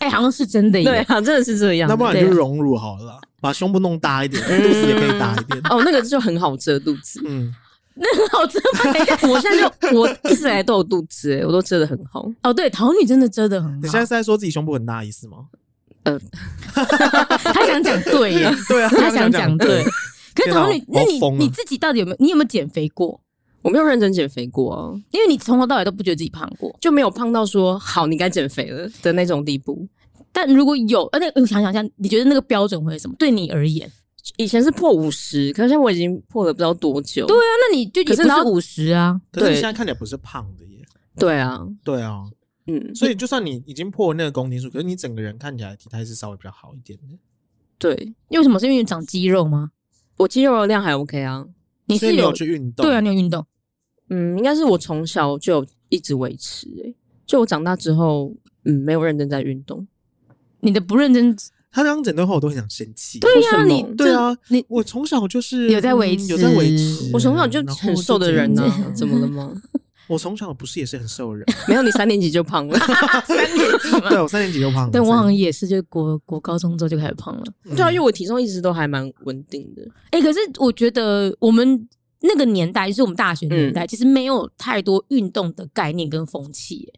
Speaker 1: 哎、好像是真的耶。
Speaker 3: <laughs> 对啊，真的是这样。
Speaker 2: 那不然你
Speaker 3: 对
Speaker 2: 就
Speaker 3: 啊
Speaker 2: 荣辱好了啦，把胸部弄大一点，
Speaker 1: 嗯
Speaker 2: 肚子也可以大一点。。
Speaker 3: 哦，那个就很好遮肚子
Speaker 2: 嗯，
Speaker 1: <laughs> 好真的。
Speaker 3: <laughs> 我现在就我一直以来都有肚子、欸，我都遮的很好。
Speaker 1: <laughs> 哦，对，桃女真的遮的很
Speaker 2: 你现在
Speaker 1: 好
Speaker 2: 是。在说自己胸部很大的意思吗？ <laughs>
Speaker 1: 她想讲对
Speaker 3: <laughs>
Speaker 1: 耶，
Speaker 2: 对啊，
Speaker 1: 她想讲对。可是桃女，
Speaker 2: 天
Speaker 1: 那
Speaker 2: 哪好
Speaker 1: 你
Speaker 2: 疯啊
Speaker 1: 你自己到底有没有？你有没有减肥过？
Speaker 3: 我没有认真减肥过啊，
Speaker 1: 因为你从头到尾都不觉得自己胖过。
Speaker 3: 就没有胖到说好你该减肥了的那种地步。
Speaker 1: 但如果有，呃，那我想想一下，你觉得那个标准会是什么？对你而言，
Speaker 3: 以前是破五十，可是现在我已经破了不知道多久。
Speaker 1: 对啊，那你就也
Speaker 3: 可
Speaker 1: 不
Speaker 3: 是
Speaker 1: 是
Speaker 3: 然后
Speaker 1: 五十啊。
Speaker 2: 可是你
Speaker 3: 对
Speaker 2: 现在看起来不是胖的耶。
Speaker 3: 对啊，
Speaker 2: 对啊，
Speaker 3: 嗯，
Speaker 2: 所以就算你已经破那个公斤数，可是你整个人看起来体态是稍微比较好一点的。
Speaker 3: 对
Speaker 1: 因为什么？是因为你长肌肉吗？
Speaker 3: 我肌肉的量还 OK 啊。
Speaker 1: 你
Speaker 2: 所以
Speaker 1: 是
Speaker 2: 你
Speaker 1: 有
Speaker 2: 有去运动？
Speaker 1: 对啊，，你有运动。
Speaker 3: 嗯，应该是我从小就有一直维持、欸，就我长大之后，嗯，没有认真在运动。
Speaker 1: 你的不认真，
Speaker 2: 他刚刚整段话我都很想生气。
Speaker 1: 对呀、
Speaker 3: 为什么
Speaker 1: 你就
Speaker 2: 对，啊，
Speaker 1: 你
Speaker 2: 我从小就是
Speaker 1: 有在维
Speaker 2: 嗯有在维
Speaker 1: 持
Speaker 2: 持。
Speaker 3: 我从小就
Speaker 2: 嗯然后
Speaker 3: 很瘦的人呢、
Speaker 2: 就这样 <laughs>
Speaker 3: 啊，怎么了吗？
Speaker 2: 我从小不是也是很瘦的
Speaker 3: <laughs>
Speaker 2: 人？ <laughs>
Speaker 3: 没有，你三年级就胖了。
Speaker 1: <laughs>
Speaker 2: 对我三啊年级就胖了。
Speaker 1: 对我好
Speaker 2: 三
Speaker 1: 像
Speaker 2: 年
Speaker 1: 也是，就是国国高中之后就开始胖了。
Speaker 2: 级
Speaker 3: <laughs>
Speaker 2: 嗯
Speaker 3: 对啊，因为我体重一直都还蛮稳定的。
Speaker 1: 哎、可是我觉得我们那个年代，就是我们大学
Speaker 2: 嗯
Speaker 1: 年代，其实没有太多运动的概念跟风气耶、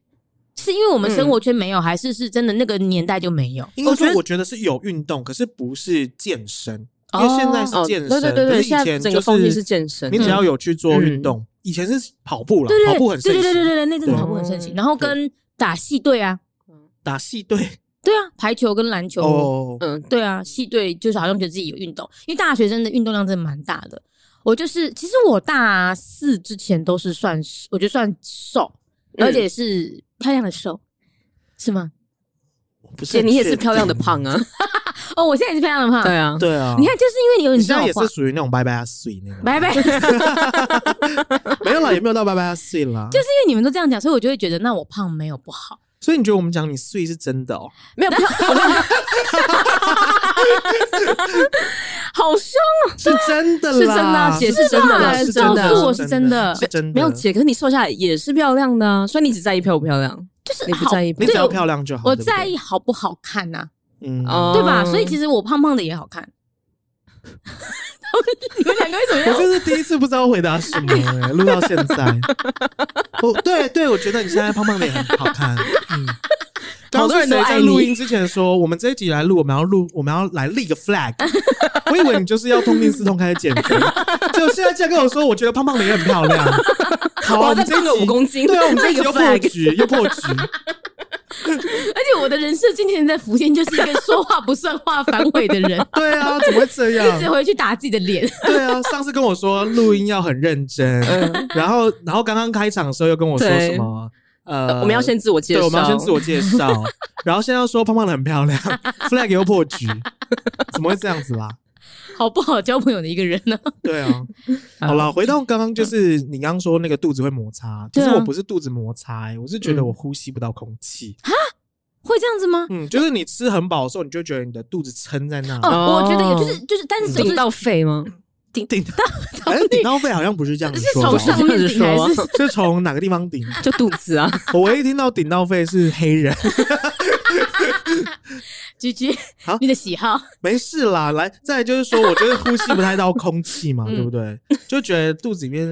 Speaker 1: 是因为我们
Speaker 2: 嗯
Speaker 1: 生活圈没有，还是是真的那个年代就没有？
Speaker 2: 应该
Speaker 3: 我觉
Speaker 2: 说，
Speaker 3: 得
Speaker 2: 我觉得是有运动，可是不是健身，因为现在是
Speaker 1: 哦
Speaker 2: 健身，
Speaker 3: 对对对
Speaker 2: 可
Speaker 3: 对，
Speaker 2: 是以
Speaker 3: 现在
Speaker 2: 前
Speaker 3: 整
Speaker 2: 就
Speaker 3: 个风气是
Speaker 2: 是
Speaker 3: 健身。嗯
Speaker 2: 你
Speaker 1: 嗯
Speaker 2: 只要有去做运动，以前是跑步了
Speaker 1: 对，对
Speaker 2: 跑步很盛
Speaker 1: 对对对对
Speaker 2: 行，
Speaker 1: 对，那阵子
Speaker 2: 对
Speaker 1: 跑步很盛行，
Speaker 3: 嗯
Speaker 1: 然后跟打系队啊，
Speaker 2: 打系队
Speaker 1: 对啊，排球跟篮球，
Speaker 2: 哦，
Speaker 3: 嗯，
Speaker 1: 对啊，系队就是好像觉得自己有运动，因为大学生的运动量真的蛮大的。我就是，其实我大四之前都是算，我觉得算瘦，
Speaker 3: 嗯
Speaker 1: 而且是漂亮的瘦，是吗？
Speaker 2: 我不是
Speaker 3: 姐
Speaker 2: 很
Speaker 3: 你也是
Speaker 2: 确定
Speaker 3: 漂亮的，胖啊。 <laughs>
Speaker 1: 哦，我现在也是漂亮的胖，
Speaker 3: 对啊，
Speaker 2: 对啊，
Speaker 1: 你看，就是因为你有
Speaker 2: 你
Speaker 1: 你
Speaker 2: 现
Speaker 1: 这
Speaker 2: 在
Speaker 1: 种
Speaker 2: 也
Speaker 1: 话
Speaker 2: 是，属于那种拜拜啊碎那种，
Speaker 1: 拜拜。就是因为
Speaker 2: <laughs> 没有啦，也没有到拜拜啊碎啦，就是
Speaker 1: 你们都这样讲，所以我就会觉得，那我胖没有不
Speaker 2: <laughs>
Speaker 1: 好。
Speaker 2: 所以你觉得我们讲你碎是真
Speaker 3: <laughs>
Speaker 2: 的哦？
Speaker 3: 没有漂，
Speaker 2: <laughs>
Speaker 1: 好凶，
Speaker 2: 是真的啦，
Speaker 3: 是真的啊姐是真的啦
Speaker 2: 是
Speaker 3: 是真的
Speaker 1: 告诉我是真的
Speaker 2: 是哎真的，
Speaker 3: 没有姐，可是你瘦下来也是漂亮的啊。所以你只在意漂不漂亮，
Speaker 1: 就是
Speaker 3: 你不
Speaker 1: 好
Speaker 3: 在意
Speaker 2: 你
Speaker 3: 不
Speaker 2: 只
Speaker 1: 对
Speaker 2: 要漂亮就好，
Speaker 1: 我
Speaker 2: 对不对
Speaker 1: 在意，好不好看啊呐、
Speaker 2: 嗯，
Speaker 3: 哦
Speaker 1: 对吧？所以其实我胖胖的也好看。 <laughs> 你们两个为什么
Speaker 2: 我
Speaker 1: 要？
Speaker 2: 就是第一次不知道回答什
Speaker 3: <laughs>
Speaker 2: 么、欸，录到现在。 <laughs> 哦，对对，我觉得你现在胖胖的也很好看。
Speaker 3: <laughs>
Speaker 2: 嗯，
Speaker 3: 好多人都
Speaker 2: 刚刚是谁在
Speaker 3: 爱你
Speaker 2: 录音之前说，我们这一集来录，我们要录，我们要来立个
Speaker 3: <laughs>
Speaker 2: flag。我以为你就是要痛定思痛开始减肥，结果现在这样跟我说，我觉得胖胖的也很漂
Speaker 3: <laughs>
Speaker 2: 亮。好、啊，
Speaker 3: 我
Speaker 2: 我
Speaker 3: 再
Speaker 2: 们这一
Speaker 3: 胖个
Speaker 2: 集
Speaker 3: 五公斤， <laughs>
Speaker 2: 对啊，我们这一集又破
Speaker 3: flag
Speaker 2: 局，又破局。
Speaker 1: 而且我的人设今天在福建就是一个说话不算话、反悔的 <laughs> 人，
Speaker 2: 对啊，怎么会这
Speaker 1: 一直
Speaker 2: 样？
Speaker 1: 回去打自己的脸。
Speaker 2: <laughs> 对啊，上次跟我说录音要很认真，然后然后刚刚开场的时候又跟我说
Speaker 3: 对
Speaker 2: 什么？呃，
Speaker 3: 我们要先自我介绍，
Speaker 2: 对，我们要先自我介绍，然后现在又说胖胖的很漂亮，flag 又破局，怎么会这样子啦？
Speaker 1: 好不好交朋友的一个人呢、
Speaker 2: 对啊，好了，回到刚刚就是你刚刚说那个肚子会摩擦，其实
Speaker 1: 对啊
Speaker 2: 我不是肚子摩擦、欸，我是觉得我呼吸不到空气。
Speaker 1: <laughs> 会这样子吗？
Speaker 2: 嗯，就是你吃很饱的时候，你就觉得你的肚子撑在那，
Speaker 1: 哦，
Speaker 3: 哦
Speaker 1: 我觉得有，就是就是，但是就是
Speaker 3: 顶到肺吗？
Speaker 2: 顶到，哎，顶到肺好像不是这样子
Speaker 1: 是
Speaker 2: 说
Speaker 1: 从
Speaker 2: 的，哦
Speaker 1: 上面顶还
Speaker 3: 我
Speaker 1: 是？
Speaker 2: 是从哪个地方顶？
Speaker 3: <laughs> 就肚子啊，
Speaker 2: 我唯一听到顶到肺是黑人，
Speaker 1: 居居
Speaker 2: 好，
Speaker 1: 你的喜好
Speaker 2: 没事
Speaker 1: <laughs>
Speaker 2: 啦。来，再来就是说，我觉得呼吸不太到空气嘛，
Speaker 3: 嗯
Speaker 2: 对不对？就觉得肚子里面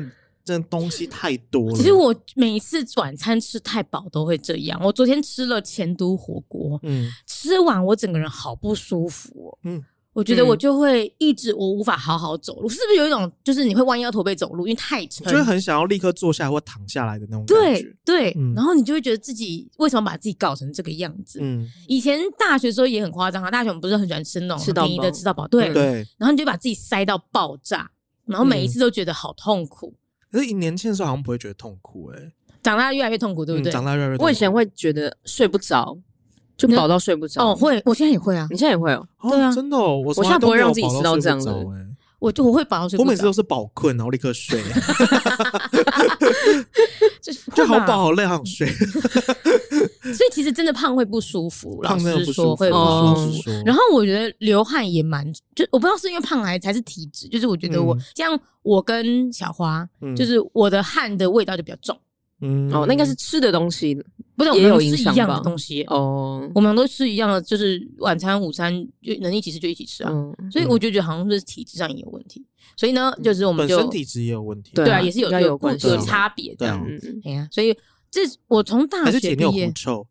Speaker 2: 真的东西太多了。
Speaker 1: 其实我每一次晚餐吃太饱都会这样。我昨天吃了前都火锅，
Speaker 2: 嗯
Speaker 1: 吃完我整个人好不舒服、哦。
Speaker 2: 嗯
Speaker 1: 嗯，我觉得我
Speaker 3: 嗯
Speaker 1: 就会一直我无法好好走路，是不是有一种就是你会弯腰驼背走路，因为太沉
Speaker 2: 就。会很想要立刻坐下来或躺下来的那种感
Speaker 1: 对
Speaker 2: 觉。
Speaker 1: 对、
Speaker 2: 嗯
Speaker 1: 然后你就会觉得自己为什么把自己搞成这个样子？
Speaker 2: 嗯，
Speaker 1: 以前大学的时候也很夸张啊，大学我们不是很喜欢吃那种
Speaker 3: 吃到
Speaker 1: 便宜的
Speaker 3: 饱
Speaker 1: 吃到饱，对，
Speaker 2: 对。嗯
Speaker 1: 然后你就把自己塞到爆炸，然后每一次都觉得好痛苦，
Speaker 2: 可是你年轻的时候好像不会觉得痛苦、欸，哎，
Speaker 1: 长大越来越痛苦，对不对？
Speaker 2: 嗯长大越来越痛苦。
Speaker 3: 我以前会觉得睡不着，就饱到睡不着。
Speaker 1: 哦，，会，我现在也会啊，
Speaker 3: 你现在也会哦？
Speaker 2: 哦
Speaker 1: 对啊
Speaker 2: 真的、哦，我
Speaker 3: 我现在不会让自己吃到这样
Speaker 2: 子、
Speaker 3: 子
Speaker 2: 欸。
Speaker 1: 我就我会饱到睡
Speaker 2: 我
Speaker 1: 不
Speaker 2: 每次
Speaker 1: 着
Speaker 2: 都，是饱困，然后立刻睡，
Speaker 1: <laughs>
Speaker 2: <laughs>
Speaker 1: 就是
Speaker 2: 就好
Speaker 1: 会吧
Speaker 2: 饱好累好想睡。
Speaker 1: 所以其实真的胖会不舒服，老
Speaker 2: 胖真的
Speaker 1: 实
Speaker 2: 不
Speaker 1: 说
Speaker 2: 舒服，嗯
Speaker 1: 会不
Speaker 3: 老
Speaker 1: 舒
Speaker 2: 老
Speaker 1: 服
Speaker 2: 实。说。
Speaker 1: 然后我觉得流汗也蛮，就我不知道是因为胖还还是体质，就是我觉得我、
Speaker 2: 嗯
Speaker 1: 像我跟小花，
Speaker 2: 嗯
Speaker 1: 就是我的汗的味道就比较重，
Speaker 2: 嗯
Speaker 3: 哦，那应该是吃的东西
Speaker 1: 不是我
Speaker 3: 也有
Speaker 1: 们
Speaker 3: 影
Speaker 1: 是
Speaker 3: 响
Speaker 1: 一样的
Speaker 3: 吧
Speaker 1: 东西，
Speaker 3: 哦。
Speaker 1: 我们都是一样的，就是晚餐、午餐就能一起吃就一起吃啊。
Speaker 3: 嗯，
Speaker 1: 所以我就觉得好像是体质上也有问题，所以呢，就是我们
Speaker 2: 嗯
Speaker 1: 就
Speaker 2: 本身体质也有问题，
Speaker 1: 对
Speaker 3: 对啊
Speaker 1: 啊，也是有
Speaker 3: 应该有
Speaker 1: 有
Speaker 3: 关
Speaker 2: 系
Speaker 1: 有差别
Speaker 2: 对
Speaker 1: 这
Speaker 2: 啊
Speaker 1: 样。
Speaker 3: 嗯，
Speaker 1: 哎呀，所以这我从大
Speaker 2: 还是
Speaker 1: 学
Speaker 2: 姐你有
Speaker 1: 毕
Speaker 2: 狐
Speaker 1: 业，
Speaker 2: 臭？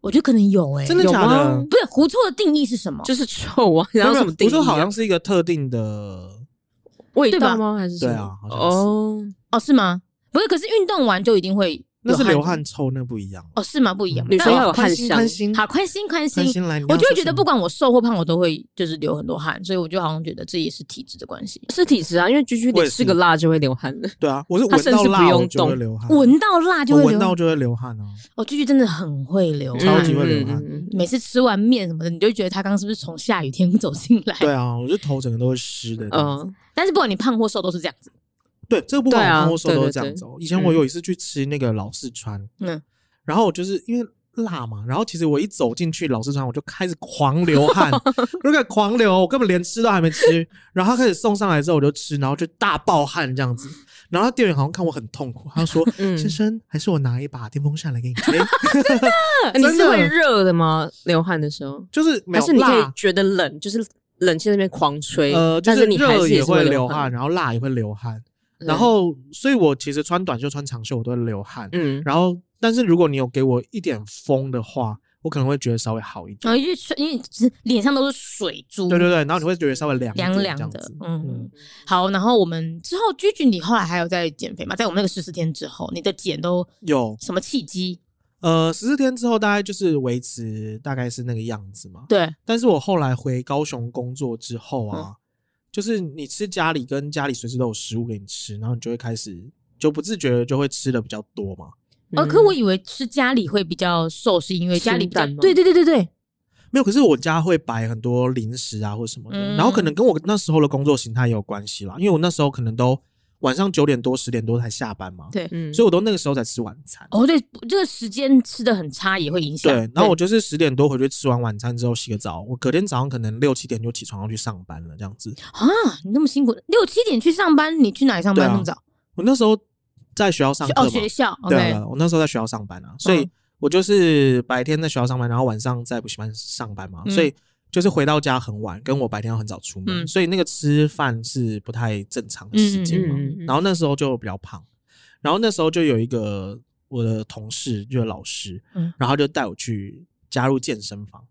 Speaker 1: 我觉得可能有哎、
Speaker 2: 真的
Speaker 3: 有
Speaker 2: 假的
Speaker 3: 吗？
Speaker 1: 不是狐臭的定义是什么？
Speaker 3: 就是臭啊，然后
Speaker 2: 没有
Speaker 3: 什么定义
Speaker 2: 我
Speaker 3: 啊？
Speaker 2: 说好像是一个特定的，
Speaker 3: 味
Speaker 1: 对
Speaker 3: 道
Speaker 1: 吧
Speaker 3: 吗？还是什么
Speaker 2: 对啊好像是
Speaker 3: 哦，
Speaker 1: 哦，是吗？不是，可是运动完就一定会
Speaker 2: 那是
Speaker 1: 有
Speaker 2: 流汗嗯臭，那不一样。啊
Speaker 1: 哦，是吗？不一样。
Speaker 3: 女生
Speaker 1: 但
Speaker 3: 要有
Speaker 2: 宽
Speaker 3: 汗
Speaker 2: 心，
Speaker 3: 香
Speaker 2: 宽心，
Speaker 1: 好宽心宽心
Speaker 2: 宽，心来，你
Speaker 1: 我
Speaker 2: 要
Speaker 1: 就
Speaker 2: 说
Speaker 1: 会觉
Speaker 2: 什
Speaker 1: 得
Speaker 2: 么
Speaker 1: 不管我瘦或胖，我都会就是流很多汗，所以我就好像觉得这也是体质的关系。
Speaker 3: 是体质啊，因为居居
Speaker 2: 我
Speaker 3: 你
Speaker 2: 也是
Speaker 3: 吃个辣就会流汗了。
Speaker 2: 对啊，我是
Speaker 3: 他
Speaker 2: 闻
Speaker 3: 甚
Speaker 2: 到
Speaker 3: 至不
Speaker 2: 辣我
Speaker 3: 用
Speaker 2: 就会
Speaker 3: 动
Speaker 2: 流汗，
Speaker 1: 闻到辣就
Speaker 2: 嗯我
Speaker 1: 会
Speaker 2: 闻到
Speaker 1: 流，
Speaker 2: 就会流汗啊。
Speaker 1: 哦，句句真的很会流汗。
Speaker 2: 超级会流汗
Speaker 3: 嗯嗯嗯嗯
Speaker 1: 每次吃完面什么的，你就会觉得他刚刚是不是从下雨天走进来？
Speaker 2: 对啊，我就头整个都会湿的。嗯，
Speaker 3: 嗯，
Speaker 1: 但是不管你胖或瘦都是这样子。
Speaker 2: 对，这个不管
Speaker 3: 对啊
Speaker 2: 我跟我手
Speaker 3: 对
Speaker 2: 都是
Speaker 3: 对
Speaker 2: 这样
Speaker 3: 对嗯
Speaker 2: 子哦。以前我有一次去吃那个老四川，
Speaker 1: 嗯，
Speaker 2: 然后我就是因为辣嘛，然后其实我一走进去老四川，我就开始狂流
Speaker 3: <laughs>
Speaker 2: 汗，我就开始狂流，我根本连吃都还没吃。然后他开始送上来之后，我就吃，然后就大爆汗这样子。然后店员好像看我很痛苦，他说：“
Speaker 3: <laughs> 嗯
Speaker 2: 先生，还是我拿一把电风扇来给你吹。
Speaker 3: 啊你
Speaker 2: 真
Speaker 3: 是
Speaker 2: 的
Speaker 3: 会热的吗？流汗的时候”，
Speaker 2: 就是没有
Speaker 3: 还是你可以
Speaker 2: 辣，
Speaker 3: 觉得冷，就是冷气在那边狂吹，
Speaker 2: 呃，就
Speaker 3: 但是你还
Speaker 2: 热
Speaker 3: 是
Speaker 2: 也
Speaker 3: 会
Speaker 2: 会流
Speaker 3: 汗
Speaker 2: 汗，。然后辣也会流汗。
Speaker 3: 嗯
Speaker 2: 然后，所以我其实穿短袖、穿长袖我都会流汗。
Speaker 3: 嗯，
Speaker 2: 然后，但是如果你有给我一点风的话，我可能会觉得稍微好一点。
Speaker 1: 然后就吹，因为脸上都是水珠，
Speaker 2: 对对对，然后你会觉得稍微凉一点
Speaker 1: 凉凉
Speaker 2: 这样
Speaker 1: 的
Speaker 2: 子，
Speaker 1: 嗯，好。然后我们之后，居居，你后来还有在减肥吗？在我们那个十四天之后，你的减都
Speaker 2: 有
Speaker 1: 什么契机？
Speaker 2: 呃十四天之后，大概就是维持大概是那个样子嘛。
Speaker 1: 对，
Speaker 2: 但是我后来回高雄工作之后
Speaker 1: 嗯
Speaker 2: 啊，就是你吃家里跟家里随时都有食物给你吃，然后你就会开始就不自觉的就会吃的比较多嘛。
Speaker 1: 哦，
Speaker 3: 嗯
Speaker 1: 可我以为吃家里会比较瘦，是因为家里比较
Speaker 3: 清淡吗
Speaker 1: 对对对对对，
Speaker 2: 没有，可是我家会摆很多零食啊或什么的，
Speaker 1: 嗯
Speaker 2: 然后可能跟我那时候的工作形态也有关系啦，因为我那时候可能都晚上九点多十点多才下班嘛，
Speaker 1: 对
Speaker 3: 嗯
Speaker 2: 所以我都那个时候才吃晚餐。
Speaker 1: 哦啊对，这个时间吃的很差也会影响。
Speaker 2: 对，然后我就是十点多回去吃完晚餐之后洗个澡，我隔天早上可能六七点就起床要去上班了，这样子。
Speaker 1: 啊，你那么辛苦，六七点去上班，你去哪里上
Speaker 2: 对
Speaker 1: 班
Speaker 2: 啊
Speaker 1: 那么早？
Speaker 2: 我那时候在学校上
Speaker 1: 学
Speaker 2: 课
Speaker 1: 哦，
Speaker 2: 嘛，
Speaker 1: 学校 OK 嗯
Speaker 2: 对啊对啊，我那时候在学校上班啊，所以我就是白天在学校上班，然后晚上在补习班上班嘛，
Speaker 1: 嗯
Speaker 2: 所以就是回到家很晚，跟我白天要很早出门，
Speaker 1: 嗯
Speaker 2: 所以那个吃饭是不太正常的时间嘛。
Speaker 3: 嗯嗯嗯嗯
Speaker 2: 然后那时候就比较胖，然后那时候就有一个我的同事就是老师，
Speaker 1: 嗯
Speaker 2: 然后就带我去加入健身房。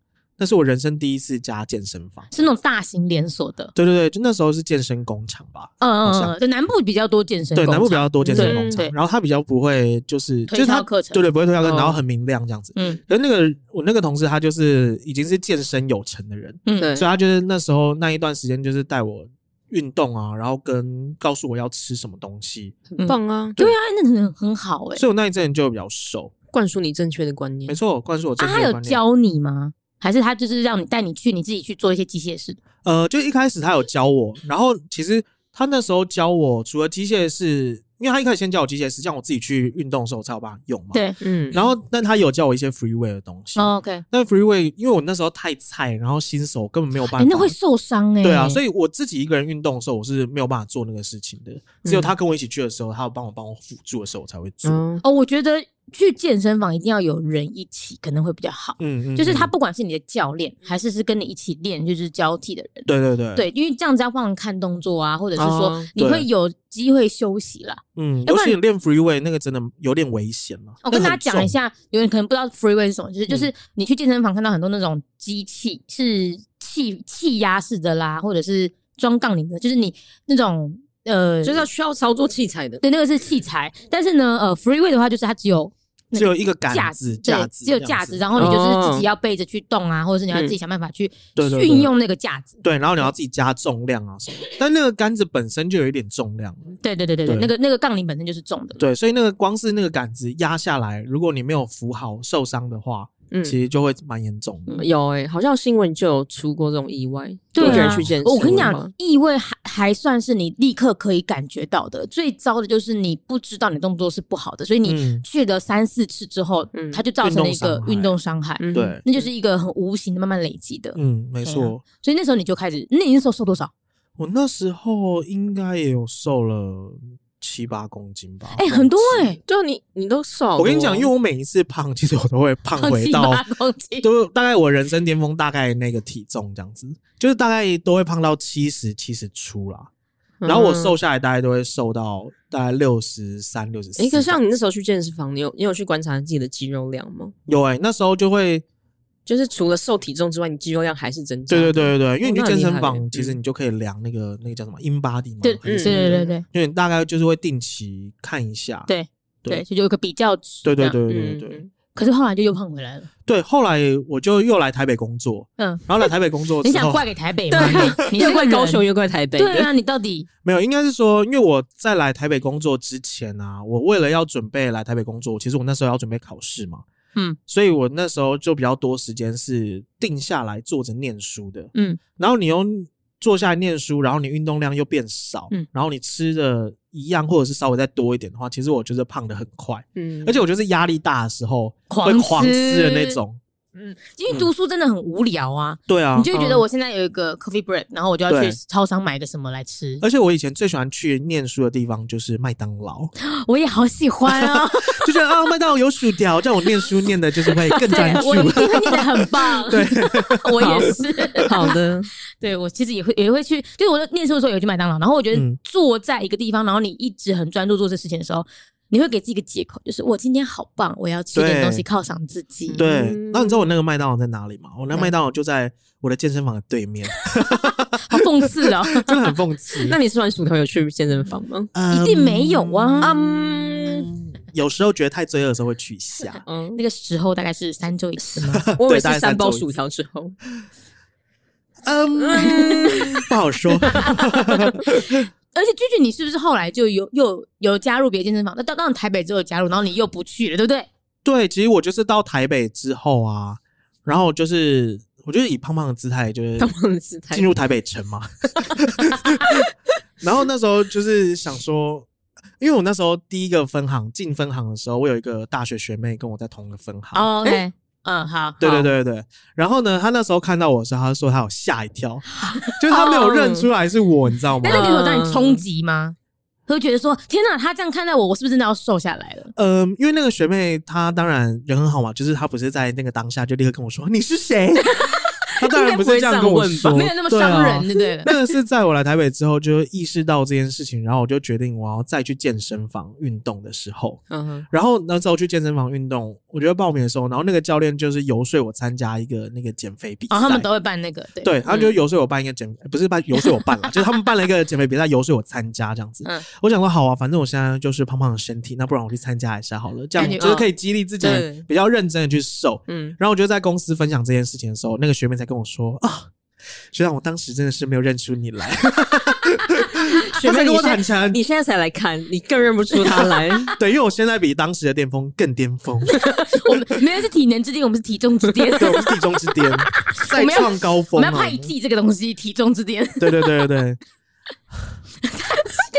Speaker 2: 那是我人生第一次加健身房。
Speaker 1: 是那种大型连锁的。
Speaker 2: 对对对，就那时候是健身工厂吧。
Speaker 1: 嗯
Speaker 2: 好
Speaker 1: 嗯嗯，
Speaker 2: 像
Speaker 1: 对，南部比较多健身工
Speaker 2: 对，
Speaker 1: 厂，
Speaker 2: 南部比较多健身工
Speaker 1: 对
Speaker 2: 厂
Speaker 1: 对，
Speaker 2: 然后他比较不会就是就
Speaker 1: 推
Speaker 2: 是他
Speaker 1: 销课程
Speaker 2: 对对不会推销课程，
Speaker 3: 哦
Speaker 2: 然后很明亮这样子。
Speaker 1: 嗯
Speaker 2: 可是那个我那个同事他就是已经是健身有成的人，
Speaker 1: 嗯，
Speaker 3: 对
Speaker 2: 所以他就是那时候那一段时间就是带我运动啊，然后跟告诉我要吃什么东西，
Speaker 1: 嗯
Speaker 3: 棒啊，
Speaker 1: 对啊，那很很好哎、
Speaker 2: 所以我那一阵就比较瘦。
Speaker 3: 灌输你正确的观念
Speaker 2: 没。错，灌输我正
Speaker 1: 嗯啊，
Speaker 2: 确
Speaker 1: 他
Speaker 2: 的
Speaker 1: 有
Speaker 2: 观念。
Speaker 1: 教你吗？还是他就是让你带你去，你自己去做一些机械式？
Speaker 2: 呃，就一开始他有教我，然后其实他那时候教我除了机械式，因为他一开始先教我机械式，这样我自己去运动的时候我才有办法用嘛。。
Speaker 1: 对、
Speaker 3: 嗯，
Speaker 2: 然后，但他有教我一些 free way 的东西。
Speaker 1: 哦、，OK，
Speaker 2: 但 free way，因为我那时候太菜，然后新手根本没有办
Speaker 1: 哎、
Speaker 2: 法。
Speaker 1: 那会受伤哎、
Speaker 2: 对啊，所
Speaker 1: 以
Speaker 2: 以我自己一个人运动的时候，我是没有办法做那个事情的。只有他跟我一起去的时候，他有帮我帮我辅助的时候，我才会做。
Speaker 3: 嗯，
Speaker 1: 哦，我觉得去健身房一定要有人一起，可能会比较好。
Speaker 2: 嗯嗯，
Speaker 1: 就是他
Speaker 2: 嗯，
Speaker 1: 不管是你的教练，还是是跟你一起练，就是交替的人。
Speaker 2: 对对对，
Speaker 1: 对，因为这样子要帮人看动作啊，或者是说
Speaker 3: 哦
Speaker 1: 你
Speaker 2: 对
Speaker 1: 会有机会休息啦。
Speaker 2: 嗯，
Speaker 1: 要
Speaker 2: 尤
Speaker 1: 不然
Speaker 2: 其你练 free way 那个真的有点危险了。
Speaker 1: 哦我跟
Speaker 2: 那
Speaker 1: 大家
Speaker 2: 很
Speaker 1: 讲一
Speaker 2: 重，
Speaker 1: 下，有人可能不知道 freeway 是什么，就是就
Speaker 2: 嗯
Speaker 1: 是你去健身房看到很多那种机器是气气压式的啦，或者是装杠铃的，就是你那种呃，
Speaker 3: 就是要需要操作器材的。
Speaker 1: 对那个是器材，但是呢，呃，freeway 的话就是它只有那
Speaker 2: 只有一个
Speaker 1: 架
Speaker 2: 杆
Speaker 1: 子，
Speaker 2: 子，
Speaker 1: 对
Speaker 2: 架，子
Speaker 1: 只有
Speaker 2: 这样
Speaker 1: 架子，
Speaker 2: 子嗯
Speaker 1: 然后你就是自己
Speaker 3: 哦
Speaker 1: 要背着去动啊，或者是你要自己想办法去
Speaker 2: 对对对
Speaker 1: 运用那个架子。
Speaker 2: 对，然后你要自己加重量啊什么的，但那个杆子本身就有一点重量了，
Speaker 1: 对对对对对，
Speaker 2: 对
Speaker 1: 那个那个杠铃本身就是重的。
Speaker 2: 对，所以那个光是那个杆子压下来，如果你没有扶好受伤的话，
Speaker 3: 嗯，
Speaker 2: 其实就会蛮严重的。
Speaker 3: 有哎、好像新闻就有出过这种意外，
Speaker 1: 对
Speaker 3: 有
Speaker 1: 啊
Speaker 3: 人去健身嘛。
Speaker 1: 我跟你讲，异味还还算是你立刻可以感觉到的，最糟的就是你不知道你动作是不好的，所以你
Speaker 2: 嗯
Speaker 1: 去了三四次之后，
Speaker 3: 嗯
Speaker 1: 它就造成了一个运
Speaker 2: 运
Speaker 1: 动
Speaker 2: 动
Speaker 1: 伤害，
Speaker 3: 嗯，
Speaker 2: 对
Speaker 1: 那就是一个很无形的慢慢累积的。
Speaker 2: 嗯，没错，
Speaker 1: 所以那时候你就开始，那你那时候瘦多少？
Speaker 2: 我那时候应该也有瘦了七八公斤吧，
Speaker 1: 哎、
Speaker 2: 忘
Speaker 1: 很多
Speaker 2: 记
Speaker 1: 哎、
Speaker 2: 了
Speaker 3: 对啊，你你都少。
Speaker 2: 我跟你讲，因为我每一次胖，其实
Speaker 1: <laughs>
Speaker 2: 我都会胖回
Speaker 1: 七
Speaker 2: 到
Speaker 1: 八公斤。
Speaker 2: 都大概我人生巅峰大概那个体重这样子，就是大概都会胖到七十七十出啦。
Speaker 1: 嗯
Speaker 3: 嗯
Speaker 2: 然后我瘦下来大概都会瘦到大概六十三六十四。
Speaker 3: 哎、可是像你那时候去健身房，你有你有去观察自己的肌肉量吗？
Speaker 2: 有哎、那时候就会
Speaker 3: 就是除了瘦体重之外，你肌肉量还是增加。
Speaker 2: 对对对对对，因为你
Speaker 3: 哦
Speaker 2: 去
Speaker 3: 那
Speaker 2: 健
Speaker 3: 很厉害
Speaker 2: 身
Speaker 3: 欸
Speaker 2: 房，其实你就可以量那个那个叫什么 in body 嘛，
Speaker 1: 嗯对嗯
Speaker 2: 还
Speaker 1: 对
Speaker 2: 是
Speaker 1: 对对对对
Speaker 2: 因为你大概就是会定期看一下。
Speaker 1: 对
Speaker 2: 对
Speaker 1: 对，所以就有个比较值。
Speaker 2: 对
Speaker 1: 这
Speaker 2: 对
Speaker 1: 样。
Speaker 2: 对
Speaker 3: 嗯，
Speaker 2: 对对
Speaker 3: 嗯
Speaker 2: 对
Speaker 3: 嗯
Speaker 1: 可是后来就又胖回来了。
Speaker 2: 对。后来我就又来台北工作，
Speaker 1: 嗯，
Speaker 2: 然后来台北工
Speaker 1: <laughs>
Speaker 2: 作
Speaker 1: 你
Speaker 2: 之
Speaker 1: 想
Speaker 2: 后，
Speaker 1: 怪给台北吗？
Speaker 3: 对，
Speaker 1: 你
Speaker 3: 越
Speaker 1: 是
Speaker 3: 怪高雄，。越怪台北。
Speaker 1: 对啊，你到底
Speaker 2: 没有，应该是说，因为我在来台北工作之前啊，我为了要准备来台北工作，其实我那时候要准备考试嘛，
Speaker 1: 嗯
Speaker 2: 所以我那时候就比较多时间是定下来坐着念书的。
Speaker 1: 嗯，
Speaker 2: 然后你又坐下来念书，然后你运动量又变少，
Speaker 1: 嗯
Speaker 2: 然后你吃的一样或者是稍微再多一点的话，其实我觉得胖的很快，
Speaker 3: 嗯，
Speaker 2: 而且我觉得是压力大的时候
Speaker 1: 狂
Speaker 2: 会狂吃的那
Speaker 1: 吃
Speaker 2: 种。
Speaker 1: 因为读书真的很无聊啊，
Speaker 2: 对啊
Speaker 1: 你，就会觉得我现在有一个 coffee break，然后我就要去
Speaker 2: 对呃
Speaker 1: 超商买个什么来吃。
Speaker 2: 而且我以前最喜欢去念书的地方就是麦当劳， <laughs>
Speaker 1: 我也好喜欢哦，
Speaker 2: 就觉得啊，麦当劳有薯条，这样我念书念的就是 <laughs> 会更专
Speaker 1: 对，
Speaker 2: 注
Speaker 1: 我。一定会念得很棒。
Speaker 2: 对，
Speaker 1: <laughs> 我也是。
Speaker 3: 好的，
Speaker 1: <laughs> 对我其实也会也会去，就是我念书的时候有去麦当劳，然后我觉得
Speaker 2: 嗯
Speaker 1: 坐在一个地方，然后你一直很专注做这事情的时候，你会给自己一个借口，就是我今天好棒，我要吃一点
Speaker 2: 对
Speaker 1: 东西犒赏自己。
Speaker 2: 对
Speaker 3: 嗯，
Speaker 2: 然后你知道我那个麦当劳在哪里吗？我那
Speaker 1: 嗯
Speaker 2: 麦当劳就在我的健身房的对面，
Speaker 1: 好讽刺
Speaker 2: <laughs>
Speaker 1: 哦，
Speaker 2: 真的很讽
Speaker 1: <laughs>
Speaker 2: 刺。
Speaker 3: <laughs>
Speaker 2: 嗯
Speaker 3: 那你吃完薯条有去健身房吗？
Speaker 1: 一定没有啊。
Speaker 3: 嗯。
Speaker 2: 有时候觉得太罪恶的时候会去一下
Speaker 1: <laughs>
Speaker 3: 嗯，
Speaker 1: 那个时候大概是三周一次吗？
Speaker 3: 我以为
Speaker 2: 对大
Speaker 3: 是
Speaker 2: 概
Speaker 3: 三
Speaker 2: 三
Speaker 3: 包
Speaker 2: 周一
Speaker 3: 薯
Speaker 2: 次
Speaker 3: 条之
Speaker 2: <laughs>
Speaker 3: 后，
Speaker 2: 嗯，不好说。
Speaker 1: 而且娟娟，你是不是后来就有又有加入别的健身房？那到到台北之后加入，然后你又不去了，对不对？
Speaker 2: 对，其实我就是到台北之后啊，然后就是我就是以胖胖的姿态，就是
Speaker 3: 当我的姿态
Speaker 2: 进入台北城嘛。 <laughs> 然后那时候就是想说，因为我那时候第一个分行进分行的时候，我有一个大学学妹跟我在同一个分行。
Speaker 1: 哦、o k 嗯，好，
Speaker 2: 啊对对
Speaker 1: 好，
Speaker 2: 对对对，然后呢，她那时候看到我的时候，她说她有吓一跳，就是她没有认出来是我，你知道吗
Speaker 1: <laughs> 但？那个有让你冲击
Speaker 2: 啊
Speaker 1: 吗？会觉得说，天哪，他这样看待我，我是不是真的要瘦下来了？
Speaker 2: 嗯、因为那个学妹她当然人很好嘛，就是她不是在那个当下就立刻跟我说你是谁，她当大人
Speaker 3: 应该
Speaker 2: 不
Speaker 3: 不
Speaker 2: 是
Speaker 3: 会
Speaker 2: 这样
Speaker 3: 这样
Speaker 2: 跟我
Speaker 3: 问
Speaker 1: <laughs>
Speaker 3: 吧
Speaker 2: 说，
Speaker 1: 没有那么
Speaker 2: <laughs> 对啊
Speaker 1: 伤人，对不 <laughs> 对了？
Speaker 2: 那个是在我来台北之后，就意识到这件事情，然后我就决定我要再去健身房运动的时候，
Speaker 3: 嗯哼，
Speaker 2: 然后那时候去健身房运动，我觉得报名的时候，然后那个教练就是游说我参加一个那个减肥比赛，
Speaker 1: 哦，他们都会嗯办那个，对，
Speaker 2: 对，啊他就游说我办一个减，不是办游说我办
Speaker 1: <laughs>
Speaker 2: 了，就是他们办了一个减肥比赛，游说我参加这样子。
Speaker 1: 嗯
Speaker 2: 我想说好啊，反正我现在就是胖胖的身体，那不然我去参加一下好了，这样
Speaker 1: 感觉
Speaker 2: 就是可以激励自己
Speaker 3: 嗯对
Speaker 2: 比较认真的去瘦。
Speaker 3: 嗯，
Speaker 2: 然后我就在公司分享这件事情的时候，那个学妹才跟我说啊。学长，我当时真的是没有认出你来，
Speaker 3: <laughs> 学
Speaker 2: 他
Speaker 3: 妹
Speaker 2: 才跟我
Speaker 3: 你现
Speaker 2: 坦诚，
Speaker 3: <laughs> 你现在才来看，你更认不出他 <laughs> 来。
Speaker 2: 对，因为我现在比当时的巅峰更巅峰， <laughs>
Speaker 1: 我们没有是体能之巅，我们是体重之巅，
Speaker 2: 对，我们是地中之
Speaker 3: <laughs>
Speaker 2: 巅，再
Speaker 1: 我们要
Speaker 2: 创高
Speaker 1: 我
Speaker 2: 峰、
Speaker 1: 们
Speaker 2: 啊。
Speaker 1: 要派记这个东西，体重之巅。
Speaker 2: 对对对对对，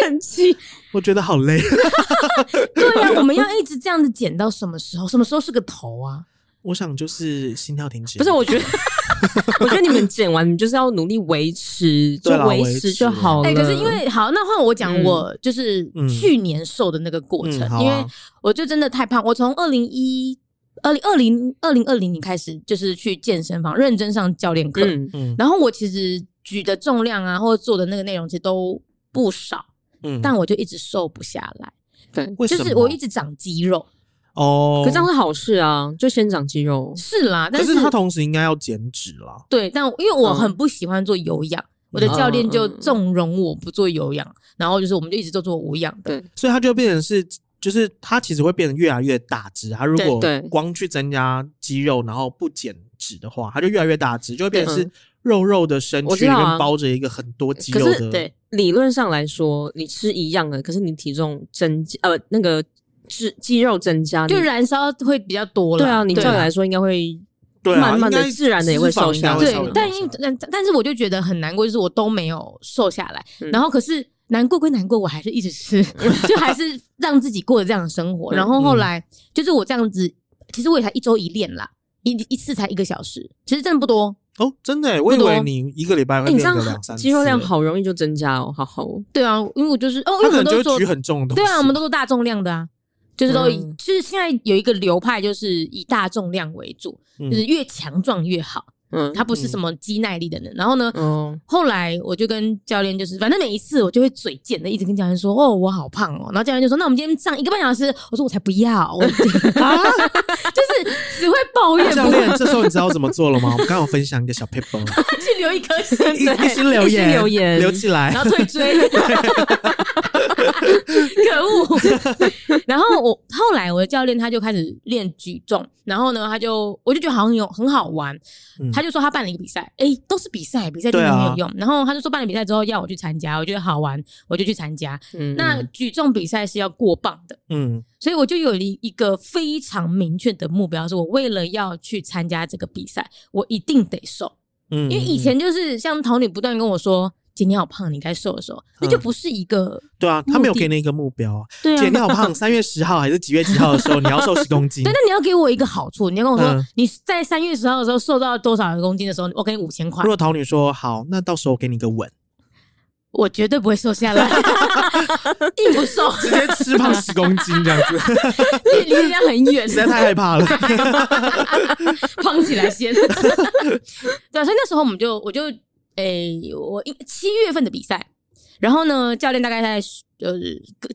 Speaker 3: 更气，
Speaker 2: 我觉得好累。 <laughs>
Speaker 1: 对
Speaker 2: 啊
Speaker 1: 呀，我们要一直这样子减到什么时候？什么时候是个头啊？
Speaker 2: 我想就是心跳停止，
Speaker 3: 不是？我觉得， <laughs> 我觉得你们剪完，你们就是要努力维持，就
Speaker 2: <laughs> 对啦
Speaker 3: 维
Speaker 2: 维
Speaker 3: 持
Speaker 2: 持
Speaker 3: 就好了。
Speaker 1: 哎、可是因为好，那换我讲
Speaker 3: 嗯
Speaker 1: 我就是
Speaker 2: 嗯
Speaker 1: 去年瘦的那个过程，
Speaker 2: 嗯好啊
Speaker 1: 因为我就真的太胖，我从二零一二零二零二零二零年开始就是去健身房认真上教练课，
Speaker 3: 嗯，
Speaker 2: 嗯
Speaker 1: 然后我其实举的重量啊，或者做的那个内容其实都不少，
Speaker 2: 嗯
Speaker 1: 但我就一直瘦不下来，
Speaker 3: 对，
Speaker 2: 为什
Speaker 1: 就
Speaker 2: 么
Speaker 1: 是我一直长肌肉，
Speaker 2: 哦，
Speaker 3: 可这样是好事啊，就先长肌肉。
Speaker 1: 是啦，但
Speaker 2: 可
Speaker 1: 是
Speaker 2: 是他同时应该要减脂啦。
Speaker 1: 对，但因为我
Speaker 3: 嗯
Speaker 1: 很不喜欢做有氧。我的教练就
Speaker 3: 嗯嗯嗯
Speaker 1: 纵容我不做有氧，然后就是我们就一直都做无氧的。
Speaker 3: 对
Speaker 2: 所以他就变成是，就是他其实会变得越来越大只。他如果
Speaker 3: 对对
Speaker 2: 光去增加肌肉，然后不减脂的话，他就越来越大只，就会变成
Speaker 3: 对
Speaker 2: 是肉肉的身
Speaker 3: 我
Speaker 2: 躯
Speaker 3: 知
Speaker 2: 里
Speaker 3: 道啊
Speaker 2: 面包着一个很多肌肉
Speaker 3: 可
Speaker 2: 的。
Speaker 3: 是
Speaker 1: 对，
Speaker 3: 理论上来说，你吃一样的，可是你体重增加，呃，那个脂肌肉增加，
Speaker 1: 就
Speaker 3: 你
Speaker 1: 燃烧会比较多了。
Speaker 3: 对啊，你照
Speaker 1: 对
Speaker 3: 理来说应该会
Speaker 2: 对啊，
Speaker 3: 慢慢地
Speaker 2: 应该
Speaker 3: 自然地也会
Speaker 2: 脂肪
Speaker 3: 受
Speaker 2: 应该
Speaker 3: 伤
Speaker 2: 会
Speaker 3: 会
Speaker 1: 对
Speaker 2: 稍微，
Speaker 1: 但
Speaker 2: 受
Speaker 1: 因
Speaker 2: 伤
Speaker 1: 但但是我就觉得很难过，就是我都没有瘦下来，
Speaker 3: 嗯
Speaker 1: 然后可是难过归难过，我还是一直
Speaker 2: <laughs>
Speaker 1: 吃，就还是让自己过着这样的生活。
Speaker 3: 嗯
Speaker 1: 然后后来就是我这样子，其实我也才一周一练啦，一一次才一个小时，其实真的不多。
Speaker 2: 哦，真的耶，我以
Speaker 1: 不多
Speaker 2: 为你一个礼拜
Speaker 3: 哎、
Speaker 2: 会
Speaker 3: 你
Speaker 2: 变
Speaker 3: 这样
Speaker 2: 个两三次，
Speaker 3: 肌肉量，好容易就增加哦，好好哦。
Speaker 1: 对啊，因为我就是哦，因为我
Speaker 2: 他可
Speaker 1: 们
Speaker 2: 能
Speaker 1: 都是
Speaker 2: 就
Speaker 1: 做
Speaker 2: 会举很重的东西。
Speaker 1: 对啊，我们都是大重量的啊，就是都以、
Speaker 3: 嗯
Speaker 1: 就是现在有一个流派，就是以大重量为主，
Speaker 2: 嗯
Speaker 1: 就是越强壮越好，
Speaker 3: 嗯，
Speaker 1: 它不是
Speaker 2: 嗯
Speaker 1: 什么肌耐力的人。然后呢，
Speaker 3: 哦，
Speaker 1: 后来我就跟教练，就是反正每一次我就会嘴贱的一直跟教练说：“哦，我好胖哦。”然后教练就说：“那我们今天上一个半小时。”我说：“我才不要，我
Speaker 2: <laughs>
Speaker 1: 就是只会抱怨，
Speaker 2: 教
Speaker 1: 不会
Speaker 2: 练，这时候你知道怎么做了吗？我们刚好分享一个小 paper，
Speaker 3: <laughs>
Speaker 1: 去留一颗心。
Speaker 2: 一一心留
Speaker 3: 一
Speaker 2: 言，
Speaker 3: 心留言
Speaker 2: 留起”来
Speaker 1: 然。后退
Speaker 2: <laughs>
Speaker 1: 追，可恶！ <laughs> 然后我后来我的教练他就开始练举重，然后呢，他就我就觉得好像有很好玩，
Speaker 2: 嗯
Speaker 1: 他就说他办了一个比赛，哎、都是比赛，比赛真
Speaker 2: 对
Speaker 1: 的
Speaker 2: 啊
Speaker 1: 没有用。然后他就说办了比赛之后要我去参加，我觉得好玩，我就去参加。
Speaker 3: 嗯，
Speaker 1: 那举重比赛是要过磅的，
Speaker 2: 嗯
Speaker 1: 所以我就有了一个非常明确的目标，是我为了要去参加这个比赛，我一定得瘦。
Speaker 2: 嗯，
Speaker 1: 因为以前就是像桃女不断跟我说：“姐你好胖，你该瘦的时
Speaker 2: 嗯
Speaker 1: 候，那就不是一个
Speaker 2: 对啊，
Speaker 1: 目
Speaker 2: 他没有
Speaker 1: 的
Speaker 2: 给你一个目标啊。
Speaker 1: 对啊
Speaker 2: 姐，。你好胖，三月十号还是几月几号的时候你要瘦十公斤
Speaker 1: 对，？那你要给我一个好处，你要跟我说、
Speaker 2: 嗯
Speaker 1: 你在三月十号的时候瘦到多少公斤的时候，我给你五千块
Speaker 2: 如，果桃女说好，那到时候我给你一个吻， <laughs>
Speaker 1: 我绝对不会瘦下来，硬不瘦，
Speaker 2: 直接吃胖十公斤这样子， <laughs>
Speaker 1: 因为离人家很远，
Speaker 2: 实在太害怕了。
Speaker 1: 胖起来先。 <laughs> 对啊，所以那时候我们就我就诶、我一七月份的比赛，然后呢，教练大概在呃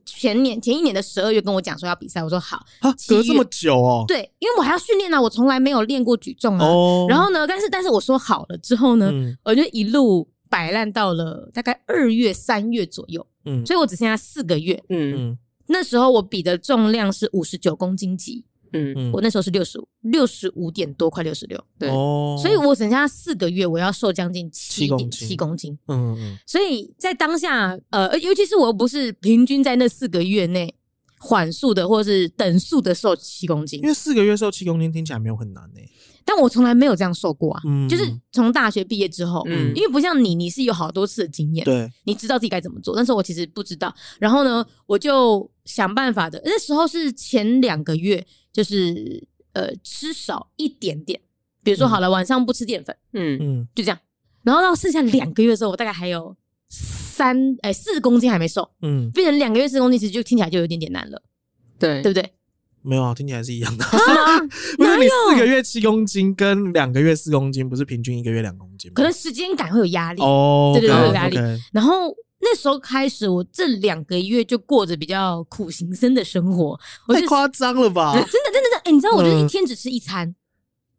Speaker 1: 前年前一年的十二月跟我讲说要比赛，我说好，
Speaker 2: 啊，隔这么久哦。
Speaker 1: 对，因为我还要训练啊，我从来没有练过举重啊。
Speaker 2: 哦，
Speaker 1: 然后呢，但是但是我说好了之后呢，
Speaker 2: 嗯
Speaker 1: 我就一路摆烂到了大概二月三月左右，
Speaker 2: 嗯
Speaker 1: 所以我只剩下四个月。
Speaker 3: 嗯
Speaker 2: 嗯
Speaker 1: 那时候我比的重量是五十九公斤级，
Speaker 3: 嗯
Speaker 2: 嗯
Speaker 1: 我那时候是六十五，六十五点多，快六十六。
Speaker 3: 对
Speaker 2: 哦，
Speaker 1: 所以我只剩下四个月，我要瘦将近七
Speaker 2: 七公
Speaker 1: 点
Speaker 2: 斤
Speaker 1: 七公斤。
Speaker 2: 嗯嗯
Speaker 1: 所以在当下，呃，尤其是我又不是平均在那四个月内缓速的或是等速的瘦七公斤
Speaker 2: 因，为四个月瘦七公斤听起来没有很难呢。
Speaker 1: 但我从来没有这样瘦过啊。
Speaker 2: 嗯，
Speaker 1: 就是从大学毕业之后，
Speaker 3: 嗯
Speaker 1: 因为不像你，你是有好多次的经验，
Speaker 2: 对，
Speaker 1: 你知道自己该怎么做。但是我其实不知道，然后呢，我就想办法的。那时候是前两个月，就是呃吃少一点点，比如说
Speaker 2: 嗯
Speaker 1: 好了，晚上不吃淀粉。
Speaker 3: 嗯，
Speaker 2: 嗯
Speaker 1: 就这样。然后到剩下两个月的时候，我大概还有三哎四公斤还没瘦，
Speaker 2: 嗯
Speaker 1: 变成两个月四公斤，其实就听起来就有点点难了，
Speaker 3: 对
Speaker 1: 对不对？
Speaker 2: 没有啊，听起来是一样的。 <laughs> 不是你四个月七公斤跟两个月四公斤，不是平均一个月两公斤吗？
Speaker 1: 可能时间感会有压力。
Speaker 2: 哦，
Speaker 1: 对对对有压
Speaker 2: OK，OK
Speaker 1: 然后那时候开始，我这两个月就过着比较苦行僧的生活。我就
Speaker 2: 太夸张
Speaker 1: <laughs>
Speaker 2: 了吧？
Speaker 1: 真的真的真的，哎，你知道，我就是一
Speaker 2: 嗯
Speaker 1: 天只吃一餐，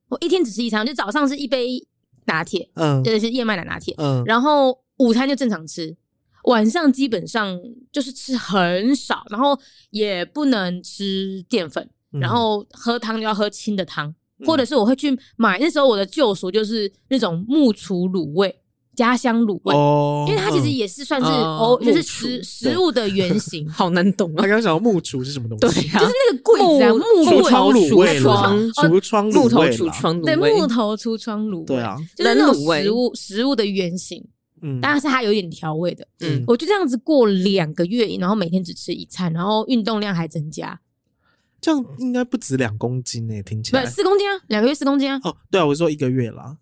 Speaker 1: 我一天只吃一餐，我就早上是一杯拿铁，
Speaker 2: 嗯
Speaker 1: 就是燕麦奶拿铁，
Speaker 2: 嗯，
Speaker 1: 然后午餐就正常吃，晚上基本上就是吃很少，然后也不能吃淀粉，
Speaker 2: 嗯
Speaker 1: 然后喝汤就要喝清的汤，
Speaker 2: 嗯
Speaker 1: 或者是我会去买。那时候我的救赎就是那种木厨卤味、家乡卤味，
Speaker 2: 哦，
Speaker 1: 因为它其实
Speaker 2: 嗯
Speaker 1: 也是算是
Speaker 3: 嗯
Speaker 1: 哦，就是
Speaker 3: 木
Speaker 1: 食
Speaker 3: 厨，
Speaker 1: 食物的原型
Speaker 2: <laughs>
Speaker 3: 好难懂
Speaker 2: 他
Speaker 1: <laughs>
Speaker 3: 啊！
Speaker 2: 刚刚想到木厨是什么东西？
Speaker 3: 呀、啊，就是
Speaker 1: 那个柜子啊，
Speaker 3: 木
Speaker 1: 木
Speaker 2: 橱
Speaker 1: 柜
Speaker 2: 窗
Speaker 3: 木
Speaker 2: 卤味
Speaker 3: 橱
Speaker 2: 啦
Speaker 1: 哦
Speaker 2: <laughs>
Speaker 3: 窗，
Speaker 2: 橱窗
Speaker 3: 木
Speaker 2: 卤
Speaker 3: 头
Speaker 2: 味
Speaker 3: 橱
Speaker 2: 啦，
Speaker 3: 窗
Speaker 1: 对
Speaker 3: 卤味，
Speaker 1: 木头橱窗卤味，
Speaker 2: 对啊，
Speaker 1: 就是那
Speaker 3: 冷卤
Speaker 1: 种
Speaker 3: 味
Speaker 1: 食物食物的原型，
Speaker 2: 嗯，
Speaker 1: 当然是它有一点调味的。
Speaker 2: 嗯
Speaker 1: 我就这样子过两个月，然后每天只吃一餐，然后运动量还增加，
Speaker 2: 这样应该不止两公斤诶，听起
Speaker 1: 不
Speaker 2: 来
Speaker 1: 是。四公斤啊，两个月四公斤啊，
Speaker 2: 哦，对啊，我说一个月啦，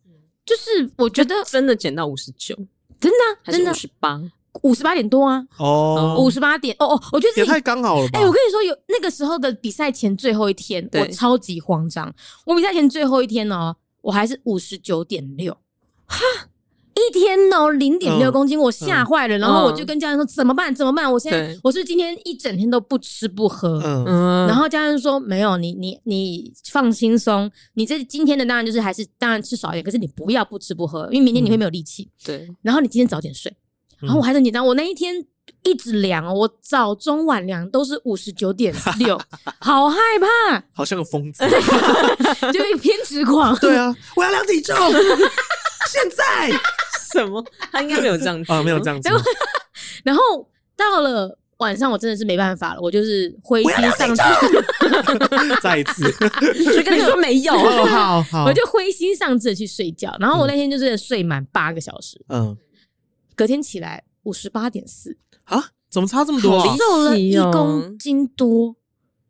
Speaker 1: 就是我觉
Speaker 2: <laughs>
Speaker 1: 得
Speaker 3: 真的减到五十九，
Speaker 1: 真的啊
Speaker 3: 还
Speaker 1: 真
Speaker 3: 是
Speaker 1: 的
Speaker 3: 五十八？
Speaker 1: 五十八点多啊，
Speaker 2: 哦，
Speaker 1: 五十八点哦哦，我觉得
Speaker 2: 也
Speaker 1: 自己
Speaker 2: 太刚好了吧？
Speaker 1: 哎、我跟你说，有那个时候的比赛前最后一天，
Speaker 3: 对
Speaker 1: 我超级慌张。我比赛前最后一天哦，我还是五十九点六，哈，一天哦零点六
Speaker 2: 嗯
Speaker 1: 公斤，我吓坏了。然后我就
Speaker 3: 嗯
Speaker 1: 跟教练说：“怎么办？怎么办？我现在
Speaker 3: 对
Speaker 1: 我是不是今天一整天都不吃不喝。
Speaker 2: 嗯
Speaker 3: 嗯
Speaker 1: 然后教练说：“没有，你你你放轻松，你这今天的当然就是还是当然吃少一点，可是你不要不吃不喝，因为明天你会没有力气。
Speaker 2: 嗯
Speaker 3: 对，
Speaker 1: 然后你今天早点睡。”然后我还是很紧张，我那一天一直量哦，我早中晚量都是五十九点
Speaker 2: <laughs>
Speaker 1: 六，好害怕，
Speaker 2: 好像个疯子。
Speaker 1: 就一偏执
Speaker 2: <laughs>
Speaker 1: 狂。
Speaker 2: 对啊，我要量体 <laughs> 重，现在
Speaker 3: 什么？他应该没有这样 <laughs>
Speaker 2: 啊，没有这样子吗，
Speaker 1: 然后到了晚上，我真的是没办法了，我就是灰
Speaker 2: 我要
Speaker 1: 心
Speaker 2: 量体
Speaker 1: 丧志，
Speaker 2: 重， <laughs> 再一次，
Speaker 3: 谁跟你说没有？
Speaker 2: 哦，好好，
Speaker 1: 我就灰心丧志的去睡觉。然后我那天就是睡满八个小时，
Speaker 2: 嗯
Speaker 1: 隔天起来五十八点四，
Speaker 2: 啊，怎么差这么多啊
Speaker 3: 好离？
Speaker 1: 瘦了一
Speaker 3: 奇哦
Speaker 1: 公斤多，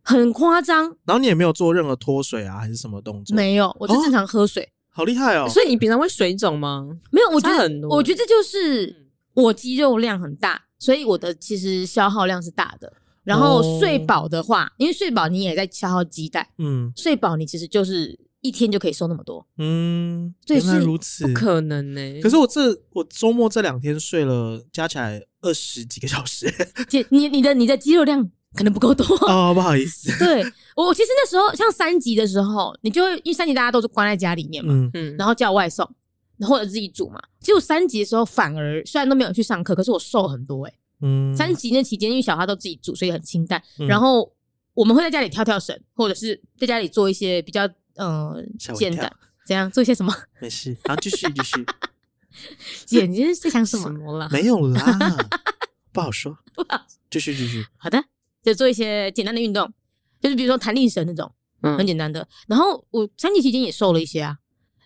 Speaker 1: 很夸张。
Speaker 2: 然后你也没有做任何脱水啊，还是什么动作？，
Speaker 1: 没
Speaker 3: 哦
Speaker 1: 有，我就正常喝水，
Speaker 2: 好厉害哦。
Speaker 3: <laughs> 所以你平常会水肿吗？
Speaker 1: 没有。我觉
Speaker 3: 差
Speaker 1: 得
Speaker 3: 很，多欸嗯
Speaker 1: 我觉得这就是我肌肉量很大，所以我的其实消耗量是大的。然后
Speaker 2: 哦
Speaker 1: 睡饱的话，因为睡饱你也在消耗肌带，
Speaker 2: 嗯
Speaker 1: 睡饱你其实就是一天就可以瘦那么
Speaker 3: <laughs>
Speaker 1: 多。
Speaker 2: 嗯，
Speaker 1: 对
Speaker 2: 原来
Speaker 1: 是
Speaker 2: 如此
Speaker 3: 不。可能欸呢、
Speaker 2: 可是我这我周末这两天睡了，加起来二十几个小
Speaker 1: <laughs>
Speaker 2: 时。
Speaker 1: 姐，你你的你的肌肉量可能不够多。
Speaker 2: 哦，不好意思。
Speaker 1: <laughs> 对我我其实那时候像三级的时候，你就会因为三级大家都是关在家里面嘛，
Speaker 2: 嗯
Speaker 3: 嗯，
Speaker 1: 然后叫外送，然后或者自己煮嘛。其实我三级的时候反而虽然都没有去上课，可是我瘦很多哎、欸
Speaker 2: 嗯，
Speaker 1: 三级那期间，因为小花都自己煮，所以很清淡。
Speaker 2: 嗯
Speaker 1: 然后我们会在家里跳跳绳，或者是在家里做一些比较嗯、呃
Speaker 2: 吓我一
Speaker 1: 简
Speaker 2: 跳
Speaker 1: 单，怎样做一些什么？
Speaker 2: 没事，然后继续继续，
Speaker 1: 姐，你是在想什
Speaker 3: 什
Speaker 1: 么？
Speaker 3: 么啦？
Speaker 2: 没有
Speaker 1: <laughs>
Speaker 2: 啦，不好说，继续继续。
Speaker 1: 好的，就做一些简单的运动，就是比如说弹力绳那种很
Speaker 3: 嗯，
Speaker 1: 简单的。然后我三级期间也瘦了一些啊，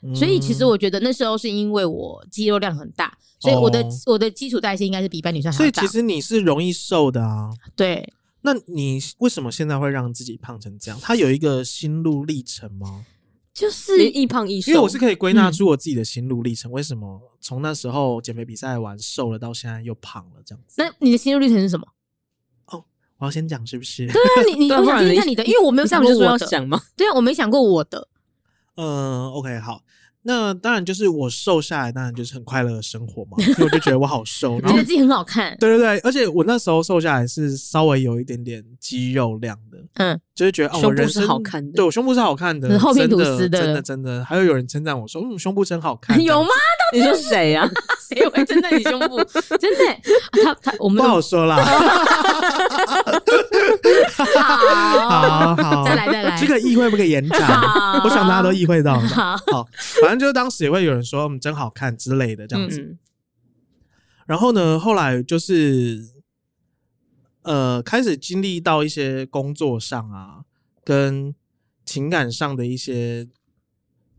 Speaker 2: 嗯
Speaker 1: 所以其实我觉得那时候是因为我肌肉量很大，所以我的、
Speaker 2: 哦
Speaker 1: 我的基础代谢应该是比一般女生
Speaker 2: 嗯，
Speaker 1: 还
Speaker 2: 所
Speaker 1: 要
Speaker 2: 以
Speaker 1: 大
Speaker 2: 其。实你是容易瘦的啊。
Speaker 1: 对，
Speaker 2: 那你为什么现在会让自己胖成这样？它有一个心路历程吗？
Speaker 1: 就是
Speaker 3: 你易胖易瘦，
Speaker 2: 因为我是可以归纳出我自己的心路历程。为什么从那时候减肥比赛完瘦了，到现在又胖了这样子？
Speaker 1: 那你的心路历程是什么？
Speaker 2: 我要先讲是不是？
Speaker 1: 对啊， <laughs> 你你
Speaker 3: 对啊
Speaker 1: 我
Speaker 3: 不
Speaker 1: 想
Speaker 3: 然
Speaker 1: 听听
Speaker 3: 你
Speaker 1: 看你的，因为我没有想
Speaker 3: 不
Speaker 1: 过
Speaker 3: 是说
Speaker 1: 我
Speaker 3: 要
Speaker 1: 的，
Speaker 3: 想吗？
Speaker 1: 对啊，我没想过我的，
Speaker 2: 嗯，OK，好。那当然就是我瘦下来，当然就是很快乐的生活嘛，所以我就觉得我好
Speaker 1: <laughs>
Speaker 2: 瘦，然
Speaker 1: 觉
Speaker 2: 后
Speaker 1: 得自己很好看，
Speaker 2: 对对对，而且我那时候瘦下来是稍微有一点点肌肉量的，
Speaker 1: 嗯，
Speaker 2: 就是觉得哦，
Speaker 3: 胸
Speaker 2: 我
Speaker 3: 部
Speaker 2: 人
Speaker 3: 是
Speaker 2: 生
Speaker 3: 好看的
Speaker 2: 对我胸部是好看的，
Speaker 1: 是厚片
Speaker 2: 真
Speaker 1: 吐
Speaker 2: 的
Speaker 1: 司的
Speaker 2: 真的真的，还有有人称赞我说，嗯，胸部真好
Speaker 1: <laughs>
Speaker 2: 看，
Speaker 1: 有吗？？
Speaker 3: <laughs> 你说谁呀、啊？
Speaker 1: <laughs> <laughs> 谁会称赞你胸部？ <laughs> 真的、啊他他我们
Speaker 2: 不好
Speaker 1: <laughs>
Speaker 2: 说啦，
Speaker 1: <laughs> 好，
Speaker 2: 好好，
Speaker 1: 再来再来
Speaker 2: 这个意会不可以延
Speaker 1: 好
Speaker 2: 长，我想大家都意会到了。
Speaker 1: 好，
Speaker 2: 好，反正就是当时也会有人说，嗯，真好看之类的这样子。
Speaker 3: <laughs> 嗯，
Speaker 2: 然后呢，后来就是，呃，开始经历到一些工作上啊，跟情感上的一些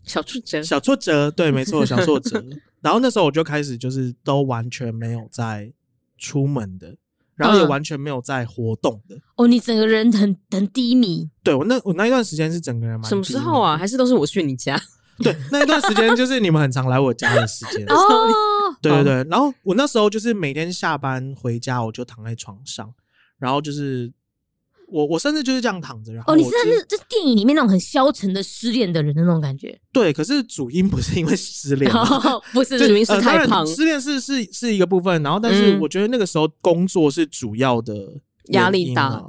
Speaker 3: 小柱哲，
Speaker 2: 小挫折，对，没错，小挫
Speaker 3: <laughs>
Speaker 2: 折。然后那时候我就开始就是都完全没有在出门的，然后也
Speaker 1: 嗯
Speaker 2: 完全没有在活动的。
Speaker 1: 哦，你整个人很很低迷，
Speaker 2: 对我那我那一段时间是整个人蛮
Speaker 3: 什么时候啊？
Speaker 2: 低
Speaker 3: 还是都是我去你家？
Speaker 2: 迷的？对，那一段时间就是你们很常来我家的时间。
Speaker 1: 哦，
Speaker 2: 对对对，然后我那时候就是每天下班回家，我就躺在床上，然后就是我我甚至就是这样躺着，然后
Speaker 1: 哦，你
Speaker 2: 我
Speaker 1: 是
Speaker 2: 就是
Speaker 1: 这电影里面那种很消沉的失恋的人的那种感觉，
Speaker 2: 对，可是主因不是因
Speaker 1: <laughs>
Speaker 2: 为失恋嘛，
Speaker 1: 哦，不是
Speaker 2: 就
Speaker 3: 主因是
Speaker 2: 呃
Speaker 3: 太
Speaker 2: 当然
Speaker 3: 胖
Speaker 2: 失恋是是是一个部分，然后但是
Speaker 3: 嗯
Speaker 2: 我觉得那个时候工作是主要的
Speaker 3: 压
Speaker 2: 原
Speaker 3: 力
Speaker 2: 因
Speaker 3: 大
Speaker 2: 啊。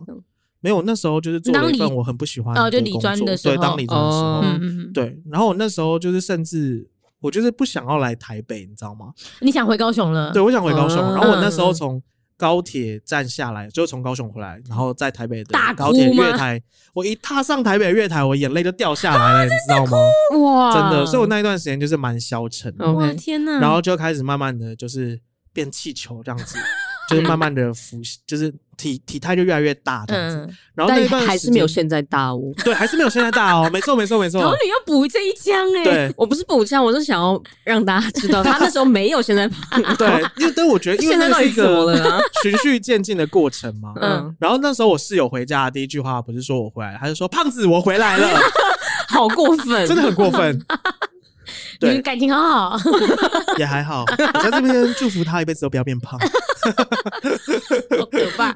Speaker 2: 没有，那时候就是做了
Speaker 1: 当
Speaker 2: 一份
Speaker 1: 理
Speaker 2: 我很不喜欢
Speaker 1: 哦就理
Speaker 2: 工
Speaker 1: 专
Speaker 2: 作
Speaker 1: 的时
Speaker 2: 对，
Speaker 1: 候
Speaker 2: 当理专的时候，
Speaker 3: 哦
Speaker 1: 嗯嗯嗯，
Speaker 2: 对。然后我那时候就是甚至我就是不想要来台北，你知道吗？
Speaker 1: 你想回高雄了？
Speaker 2: 对，我想回高雄。
Speaker 3: 嗯
Speaker 2: 然后我那时候从高铁站下来，就是从高雄回来，然后在台北的
Speaker 1: 大哭
Speaker 2: 高铁
Speaker 1: 吗
Speaker 2: 月台，我一踏上台北月台，我眼泪就掉下
Speaker 3: 啊
Speaker 2: 来了，你知道吗？
Speaker 3: 哇，
Speaker 2: 真的，所以我那一段时间就是蛮消沉的，
Speaker 3: 啊嗯
Speaker 1: 哇
Speaker 3: OK
Speaker 1: 天哪！
Speaker 2: 然后就开始慢慢的就是变气球这样子，就是慢慢的浮， <laughs> 就是体体态就越来越大这样子。
Speaker 1: 嗯，
Speaker 2: 然后那
Speaker 3: 但
Speaker 2: 一段
Speaker 3: 还
Speaker 2: 时
Speaker 3: 是没有
Speaker 2: 间
Speaker 3: 现在大
Speaker 1: <laughs>
Speaker 3: 哦。
Speaker 2: 对，还是没有现在大哦，没错没错没错
Speaker 1: 桃，女又补这一枪哎，
Speaker 2: 对
Speaker 3: 我不是补枪，我是想要让大家知道，他那时候没有现在胖，
Speaker 2: 对，因为对我觉得因为
Speaker 3: 现在
Speaker 2: 那
Speaker 3: 到
Speaker 2: 是
Speaker 3: 底
Speaker 2: 一
Speaker 3: 怎么
Speaker 2: 个 <laughs>
Speaker 3: 了啊？
Speaker 2: 循序渐进的过程嘛。
Speaker 3: 嗯，
Speaker 2: 然后那时候我室友回家的第一句话不是说我回来了，他就说胖子我回来了，
Speaker 3: 好过分，
Speaker 2: 真的很过分。
Speaker 1: 你们
Speaker 2: 对，
Speaker 1: 感情好好，
Speaker 2: 也还好，我在这边祝福他一辈子都不要变胖。
Speaker 1: 好可怕。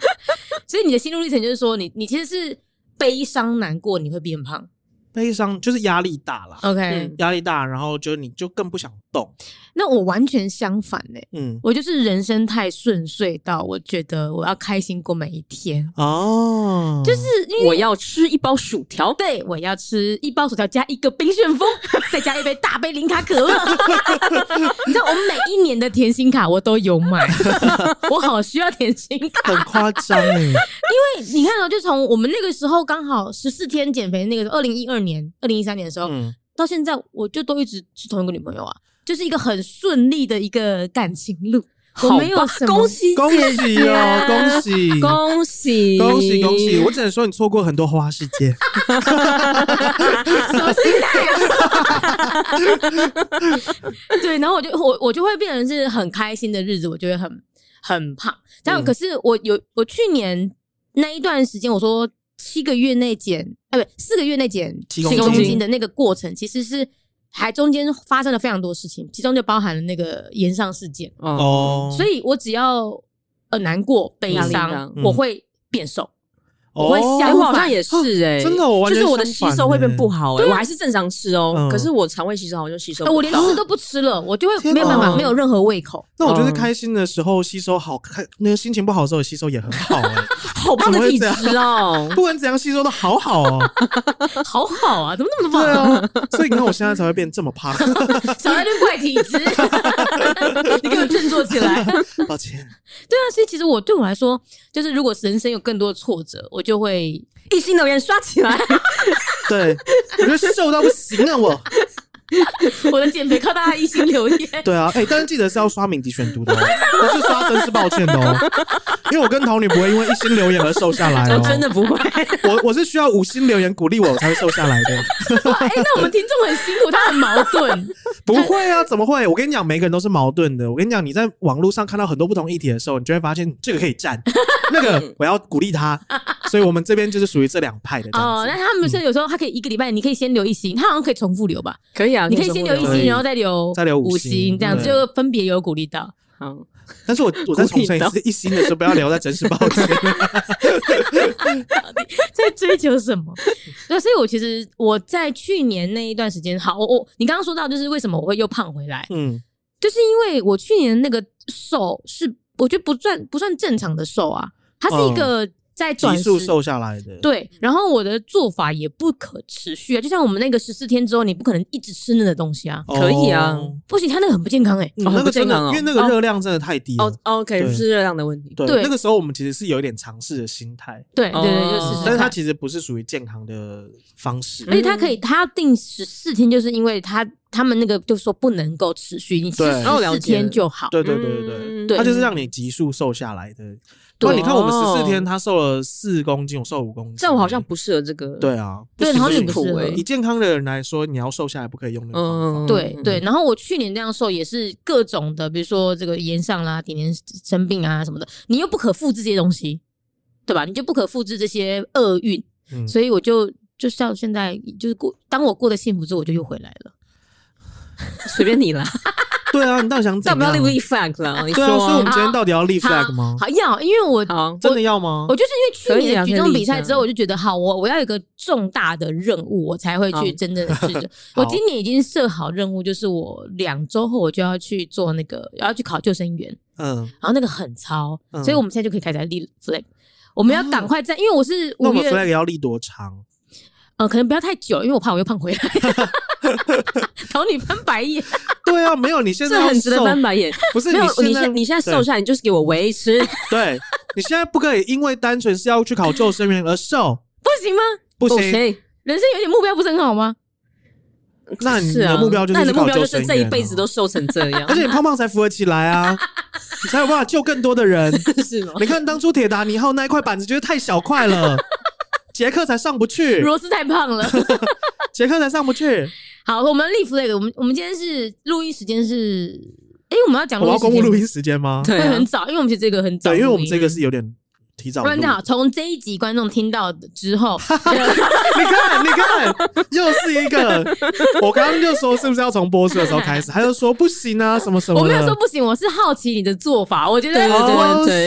Speaker 1: 所以你的心路历程就是说，你你其实是悲伤难过，你会变胖。
Speaker 2: 悲伤就是压力大啦，
Speaker 1: OK，、
Speaker 3: 嗯
Speaker 2: 压力大，然后就你就更不想动。
Speaker 1: 那我完全相反呢、
Speaker 2: 嗯，
Speaker 1: 我就是人生太顺遂到我觉得我要开心过每一天，
Speaker 2: 哦，就是
Speaker 1: 是因为
Speaker 3: 我要吃一包薯条，
Speaker 1: 对我要吃一包薯条加一个冰旋 <laughs> 风，再加一杯大杯零卡可乐。 <laughs> 你知道我每一年的甜心卡我都有买， <laughs> 我好需要甜心卡。
Speaker 2: 很夸张哎，
Speaker 1: 因为你看哦，就从我们那个时候刚好十四天减肥那个时候，二零一二年、二零一三年的时候，
Speaker 2: 嗯，
Speaker 1: 到现在我就都一直是同一个女朋友啊，就是一个很顺利的一个感情
Speaker 2: <laughs>
Speaker 1: 路。我没有什么
Speaker 3: 恭喜
Speaker 2: 恭
Speaker 3: 姐
Speaker 2: 喜
Speaker 3: 姐
Speaker 2: 哦，恭喜
Speaker 3: 恭喜
Speaker 2: 恭喜恭喜！我只能说你错过很多花花世界，
Speaker 1: 什么心态、啊？对，然后我就我我就会变成是很开心的日子，我就会很很胖。但
Speaker 2: 嗯
Speaker 1: 可是我有我去年那一段时间，我说七个月内减，啊，不，四个月内减
Speaker 2: 七
Speaker 1: 七
Speaker 2: 公
Speaker 1: 公
Speaker 2: 斤
Speaker 1: 斤的那个过程，其实是还中间发生了非常多事情，其中就包含了那个延上事件。
Speaker 3: 哦，
Speaker 2: 哦，
Speaker 1: 所以我只要呃难过、悲
Speaker 3: 压力大
Speaker 1: 伤，
Speaker 2: 嗯
Speaker 1: 我会变瘦。我会
Speaker 2: 哦
Speaker 1: 想
Speaker 3: 哎，
Speaker 1: 相
Speaker 3: 我好
Speaker 1: 反
Speaker 3: 像也是哎，
Speaker 2: 真的我完
Speaker 3: 就
Speaker 2: 全
Speaker 3: 是我的吸
Speaker 2: 相反
Speaker 3: 收会变不
Speaker 2: 欸
Speaker 3: 好哎，我还是正常吃哦
Speaker 2: 嗯，
Speaker 3: 可是我肠胃吸收好像哦就吸收
Speaker 1: 呃
Speaker 3: 不
Speaker 1: 我连
Speaker 3: 到
Speaker 1: 吃都不吃了，我就会
Speaker 2: 天
Speaker 1: 没有办
Speaker 3: 哪
Speaker 1: 法，没有任何胃口。
Speaker 2: 那我觉得
Speaker 3: 嗯
Speaker 2: 开心的时候吸收好，开那个心情不好的时候也吸收也很好哎、
Speaker 3: 好棒的体质
Speaker 2: <laughs> ，
Speaker 3: 哦
Speaker 2: 不管怎样吸收都好好哦。
Speaker 1: <laughs> 好好啊，怎么那么
Speaker 2: 对
Speaker 1: 棒？
Speaker 2: 啊，所以你看我现在才会变这么胖。 <laughs>
Speaker 1: 少在那边怪体 <laughs> 质，你给我振作起来。对
Speaker 2: 抱歉，
Speaker 1: 啊，所以其实我对我来说，就是如果人生有更多的挫折，我就会
Speaker 3: 一心留言刷起来，
Speaker 2: 对，我觉得瘦到不行啊我。
Speaker 1: 我的减肥靠大家一心留 <laughs> 言。
Speaker 2: 对啊，哎、但是记得是要刷敏迪选读的、哦，不是刷真是抱歉的哦。因为我跟桃女不会因为一星留言而瘦下来
Speaker 3: 我
Speaker 2: 哦，
Speaker 3: 真的。不会。
Speaker 2: 我我是需要五星留言鼓励我，我才会瘦下来的。
Speaker 1: 哇，哎、那我们听众很辛苦，他很矛盾。
Speaker 2: 不会啊，怎么会？我跟你讲，每个人都是矛盾的。我跟你讲，你在网络上看到很多不同议题的时候，你就会发现这个可以
Speaker 3: <laughs>
Speaker 2: 站，那个我要鼓励他。所以我们这边就是属于这两派的这样
Speaker 1: <laughs> 哦，
Speaker 2: 子。
Speaker 1: 那他们是有时候他可以一个礼拜，你可以先留一星，他好像可以重复留吧？
Speaker 3: 可以啊，
Speaker 1: 你可以先留一
Speaker 2: <laughs> 可以
Speaker 1: 星，然后再留
Speaker 2: 再留五
Speaker 1: 五
Speaker 2: 星
Speaker 1: 星，这样子
Speaker 2: 对
Speaker 1: 就分别有鼓励到。
Speaker 3: 好，哦
Speaker 2: 但是我我再重申一
Speaker 3: 鼓
Speaker 2: 次，一星的时候不要留在真实报
Speaker 3: <laughs>
Speaker 2: 歉。
Speaker 1: <laughs> 在追求什么？对，所以我其实我在去年那一段时间，好，我我你刚刚说到就是为什么我会又胖回来，
Speaker 2: 嗯
Speaker 1: 就是因为我去年那个瘦是我觉得不算不算正常的瘦啊，它是一个在转
Speaker 2: 嗯急
Speaker 1: 时
Speaker 2: 速瘦下来的。
Speaker 1: 对，然后我的做法也不可持续啊，就像我们那个十四天之后，你不可能一直吃那个东西啊，
Speaker 2: 哦，
Speaker 3: 可以啊
Speaker 1: 不行，它那个很不健康哎、
Speaker 2: 嗯
Speaker 3: 哦
Speaker 2: 那
Speaker 3: 不
Speaker 2: 个真
Speaker 3: 健
Speaker 2: 的
Speaker 3: 康哦，
Speaker 2: 因为那个热量真的太低了
Speaker 3: 哦。，OK，
Speaker 2: 对
Speaker 3: 是热量的问题。
Speaker 2: 对，
Speaker 1: 对
Speaker 2: 那个时候我们其实是有一点尝试的心态，
Speaker 1: 对对对，就
Speaker 3: 哦
Speaker 1: 试试
Speaker 2: 但是它
Speaker 1: 看。
Speaker 2: 其实嗯不是属于健康的方式
Speaker 1: 而。且它可以，它定十四天，就是因为它他们那个就说不能够持续，你吃
Speaker 2: 对
Speaker 1: 十
Speaker 3: 哦了
Speaker 1: 四
Speaker 3: 解
Speaker 1: 天就好。
Speaker 2: 对对对对对。
Speaker 3: 嗯
Speaker 1: 对
Speaker 2: 它就是让你急速瘦下来的。
Speaker 3: 对
Speaker 2: 对，你看我们
Speaker 3: 哦
Speaker 2: 十四天，他瘦了四公斤，我瘦五公斤。欸
Speaker 3: 这样我好像不适合这个。
Speaker 2: 对啊，
Speaker 1: 对
Speaker 2: 行
Speaker 1: 好像
Speaker 2: 欸
Speaker 1: 你不适合
Speaker 2: 以健康的人来说，你要瘦下来不可以用那个方法。
Speaker 3: 嗯，嗯，
Speaker 1: 对
Speaker 3: 嗯
Speaker 1: 对，，然后我去年这样瘦也是各种的，比如说这个炎上啦、点点生病啊什么的，你又不可复制这些东西，对吧？你就不可复制这些厄运，
Speaker 2: 嗯，
Speaker 1: 所以我就就像现在就是过，当我过得幸福之后，我就又回来了。
Speaker 3: 随便你啦。
Speaker 2: 对啊，你到底想 <laughs> 怎
Speaker 3: 要
Speaker 2: 样？
Speaker 3: 不要立不立 flag 啦？你
Speaker 2: 对啊，所以我
Speaker 3: 说
Speaker 2: 们今天到底要立
Speaker 1: 好
Speaker 2: flag 吗？
Speaker 1: 好要，因为我
Speaker 3: 好，
Speaker 2: 真的要吗
Speaker 1: 我？就是因为去年的举重比赛之后，我
Speaker 3: 可以啊可以理解
Speaker 1: 就觉得好，我我要有一个重大的任务，我才会去真正的去的。
Speaker 2: 好
Speaker 1: 我今年已经设好任务，就是我两周后我就要去做那个，要去考救生员，
Speaker 2: 嗯，
Speaker 1: 然后那个很超，
Speaker 2: 嗯哦
Speaker 1: 所以我们现在就可以开始来立 flag。我们要赶快在，因为我是
Speaker 2: 那
Speaker 1: 五
Speaker 2: 我们
Speaker 1: 月，
Speaker 2: flag 要立多长？
Speaker 1: 呃，可能不要太久，因为我怕我又胖回来。 <laughs> 讨你翻白眼，
Speaker 2: 对啊，没有，你现在
Speaker 3: 这
Speaker 2: 要
Speaker 3: 很值得
Speaker 2: 瘦
Speaker 3: 翻白眼。
Speaker 2: 不是
Speaker 3: 没有，
Speaker 2: 你
Speaker 3: 你
Speaker 2: 现在
Speaker 3: 现你现在瘦下来，你就是给我维持。
Speaker 2: 对，你现在不可以因为单纯是要去考救生员而瘦，
Speaker 1: 不行吗？
Speaker 2: 不
Speaker 3: 不
Speaker 2: 行。
Speaker 3: 行，
Speaker 1: 人生有点目标不是很好吗？
Speaker 2: 那你
Speaker 3: 是啊
Speaker 2: 的目标就是
Speaker 3: 那你的
Speaker 2: 去考
Speaker 3: 目标就
Speaker 2: 救生
Speaker 3: 是这一
Speaker 2: 员
Speaker 3: 辈
Speaker 2: 啊
Speaker 3: 子都瘦成这样
Speaker 2: 而，且你胖胖才扶得起来啊，你才有办法救更多的人。
Speaker 3: <laughs> 是吗？
Speaker 2: 你看当初铁达尼号那一块板子就是太小块了，杰克才上不去，
Speaker 1: 罗斯太胖了。 <laughs>
Speaker 2: 杰克才上不去。
Speaker 1: 好，我们立 flag，我们我们今天是录音时间是，哎、我们要讲
Speaker 2: 我
Speaker 1: 录音
Speaker 2: 们要
Speaker 1: 时
Speaker 2: 公
Speaker 1: 间吗
Speaker 2: 布录音时间吗？
Speaker 3: 对
Speaker 1: 会
Speaker 3: 啊
Speaker 1: 很，早，因为我们其实这个很早录
Speaker 2: 对，
Speaker 1: 音，
Speaker 2: 因为我们这个是有点提早
Speaker 1: 不
Speaker 2: 录。
Speaker 1: 然正好从这一集观众听到之
Speaker 2: <laughs>
Speaker 1: 后，
Speaker 2: 你看，你看，又是一个。我刚刚就说是不是要从播出的时候开始？他就说不行啊，什么什么
Speaker 1: 我
Speaker 2: 的。
Speaker 1: 没有说不行，我是好奇你的做法，我觉得
Speaker 3: 对对对
Speaker 2: 哦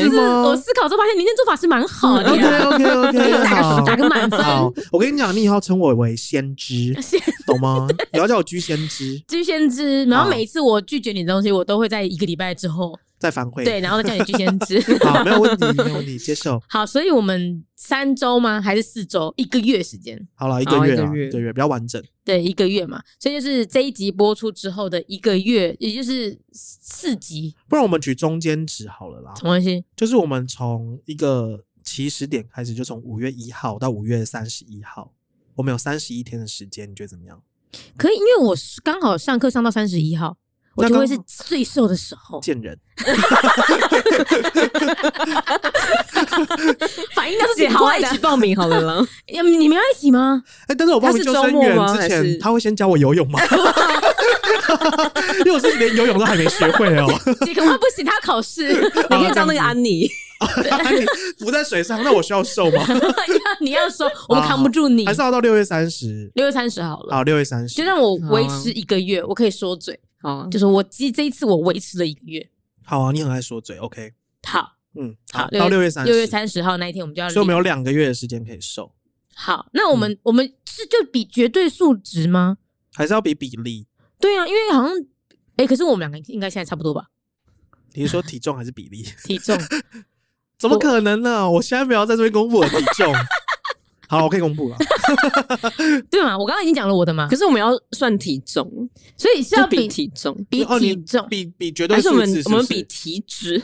Speaker 2: 是吗？嗯
Speaker 1: 我思考之后发现您的做法是蛮好的
Speaker 2: OK
Speaker 1: 呀，
Speaker 2: OK
Speaker 1: 可以
Speaker 2: OK，
Speaker 1: 打
Speaker 2: 好
Speaker 1: 个打个满分。
Speaker 2: 好，我跟你讲，你以后称我为先知，
Speaker 1: 先
Speaker 2: 懂吗？你要叫我居先知，
Speaker 1: 居先知，然后
Speaker 2: 好
Speaker 1: 每一次我拒绝你的东西，我都会在一个礼拜之后，
Speaker 2: 再反悔。
Speaker 1: 对，，然后再叫你居先知。
Speaker 2: <laughs> 好，没有问题，没有问题，接
Speaker 3: <laughs>
Speaker 2: 受。
Speaker 1: <laughs> 好，所以我们三周吗？还是四周？一个月时间？
Speaker 2: 好了，一个月
Speaker 3: 好一
Speaker 2: 啦，
Speaker 3: 个月
Speaker 2: 一个月比较完整。
Speaker 1: 对，一个月嘛。所以就是这一集播出之后的一个月，也就是四集，
Speaker 2: 不然我们举中间值好了啦，
Speaker 1: 什么东西？
Speaker 2: 就是我们从一个起始点开始，就从五月一号到五月三十一号，我们有三十一天的时间，你觉得怎么样？
Speaker 1: 可以，因为我是刚好上课上到三十一号，我
Speaker 2: 那
Speaker 1: 就
Speaker 2: 刚
Speaker 1: 会是最瘦的时候，
Speaker 2: 见人，
Speaker 1: 反应到自己
Speaker 3: 姐
Speaker 1: 好
Speaker 3: 好啊，
Speaker 1: 爱
Speaker 3: 一起报名
Speaker 2: <laughs>
Speaker 3: 好了啦。
Speaker 1: 你们 <laughs> 你们要一起吗？
Speaker 2: 哎、但是我报名
Speaker 3: 他是
Speaker 2: 救
Speaker 3: 周
Speaker 2: 生
Speaker 3: 末
Speaker 2: 员
Speaker 3: 吗
Speaker 2: 之
Speaker 3: 还是
Speaker 2: 前，他会先教我游泳
Speaker 3: <laughs>
Speaker 2: 吗？ <laughs> 因为我是连游泳都还没学会
Speaker 3: <laughs>
Speaker 2: 哦、
Speaker 1: 这个话不行，他要考试， <laughs>
Speaker 3: 你
Speaker 2: 啊
Speaker 3: 可以当那个安
Speaker 2: <laughs>
Speaker 3: 妮，
Speaker 2: 你浮在水上，那我需要瘦
Speaker 3: <laughs>
Speaker 2: 吗？
Speaker 1: 你要说我们扛不住你
Speaker 2: 还，是要到六月三十？
Speaker 1: 六月三十好了，
Speaker 2: 好，六月三十
Speaker 1: 就。让我维持一个月，我可以说嘴，
Speaker 3: 好
Speaker 2: 嗯
Speaker 3: 啊，
Speaker 1: 就是我这这一次我维持了一个月，
Speaker 2: 好啊，你很爱说嘴，OK？
Speaker 1: 好。
Speaker 2: 嗯，
Speaker 1: 好，
Speaker 2: 到六月三十，
Speaker 1: 六月三十号那一天我们就要
Speaker 2: 所以我们嗯
Speaker 1: 立
Speaker 2: 有两个月的时间可以瘦，
Speaker 1: 好，那我们、我们是就比绝对数值吗？
Speaker 2: 还是要比比例？
Speaker 1: 对啊，因为好像哎、可是我们两个应该现在差不多吧？
Speaker 2: 你是说体重还是比例？ <laughs>
Speaker 1: 体重
Speaker 2: 怎么可能呢？我现在没有在这边公布我的体重。好，我可以公布了。
Speaker 1: 对嘛？我刚刚已经讲了我的嘛
Speaker 3: 可，是我们要算体重，
Speaker 1: 所以是
Speaker 3: 就
Speaker 1: 要
Speaker 3: 比
Speaker 1: 比
Speaker 3: 体重，
Speaker 1: 比
Speaker 2: 哦，你
Speaker 1: 体重，
Speaker 2: 比比绝对
Speaker 3: 还是我
Speaker 2: 数
Speaker 3: 们
Speaker 2: 字是不是
Speaker 3: 我们比体脂？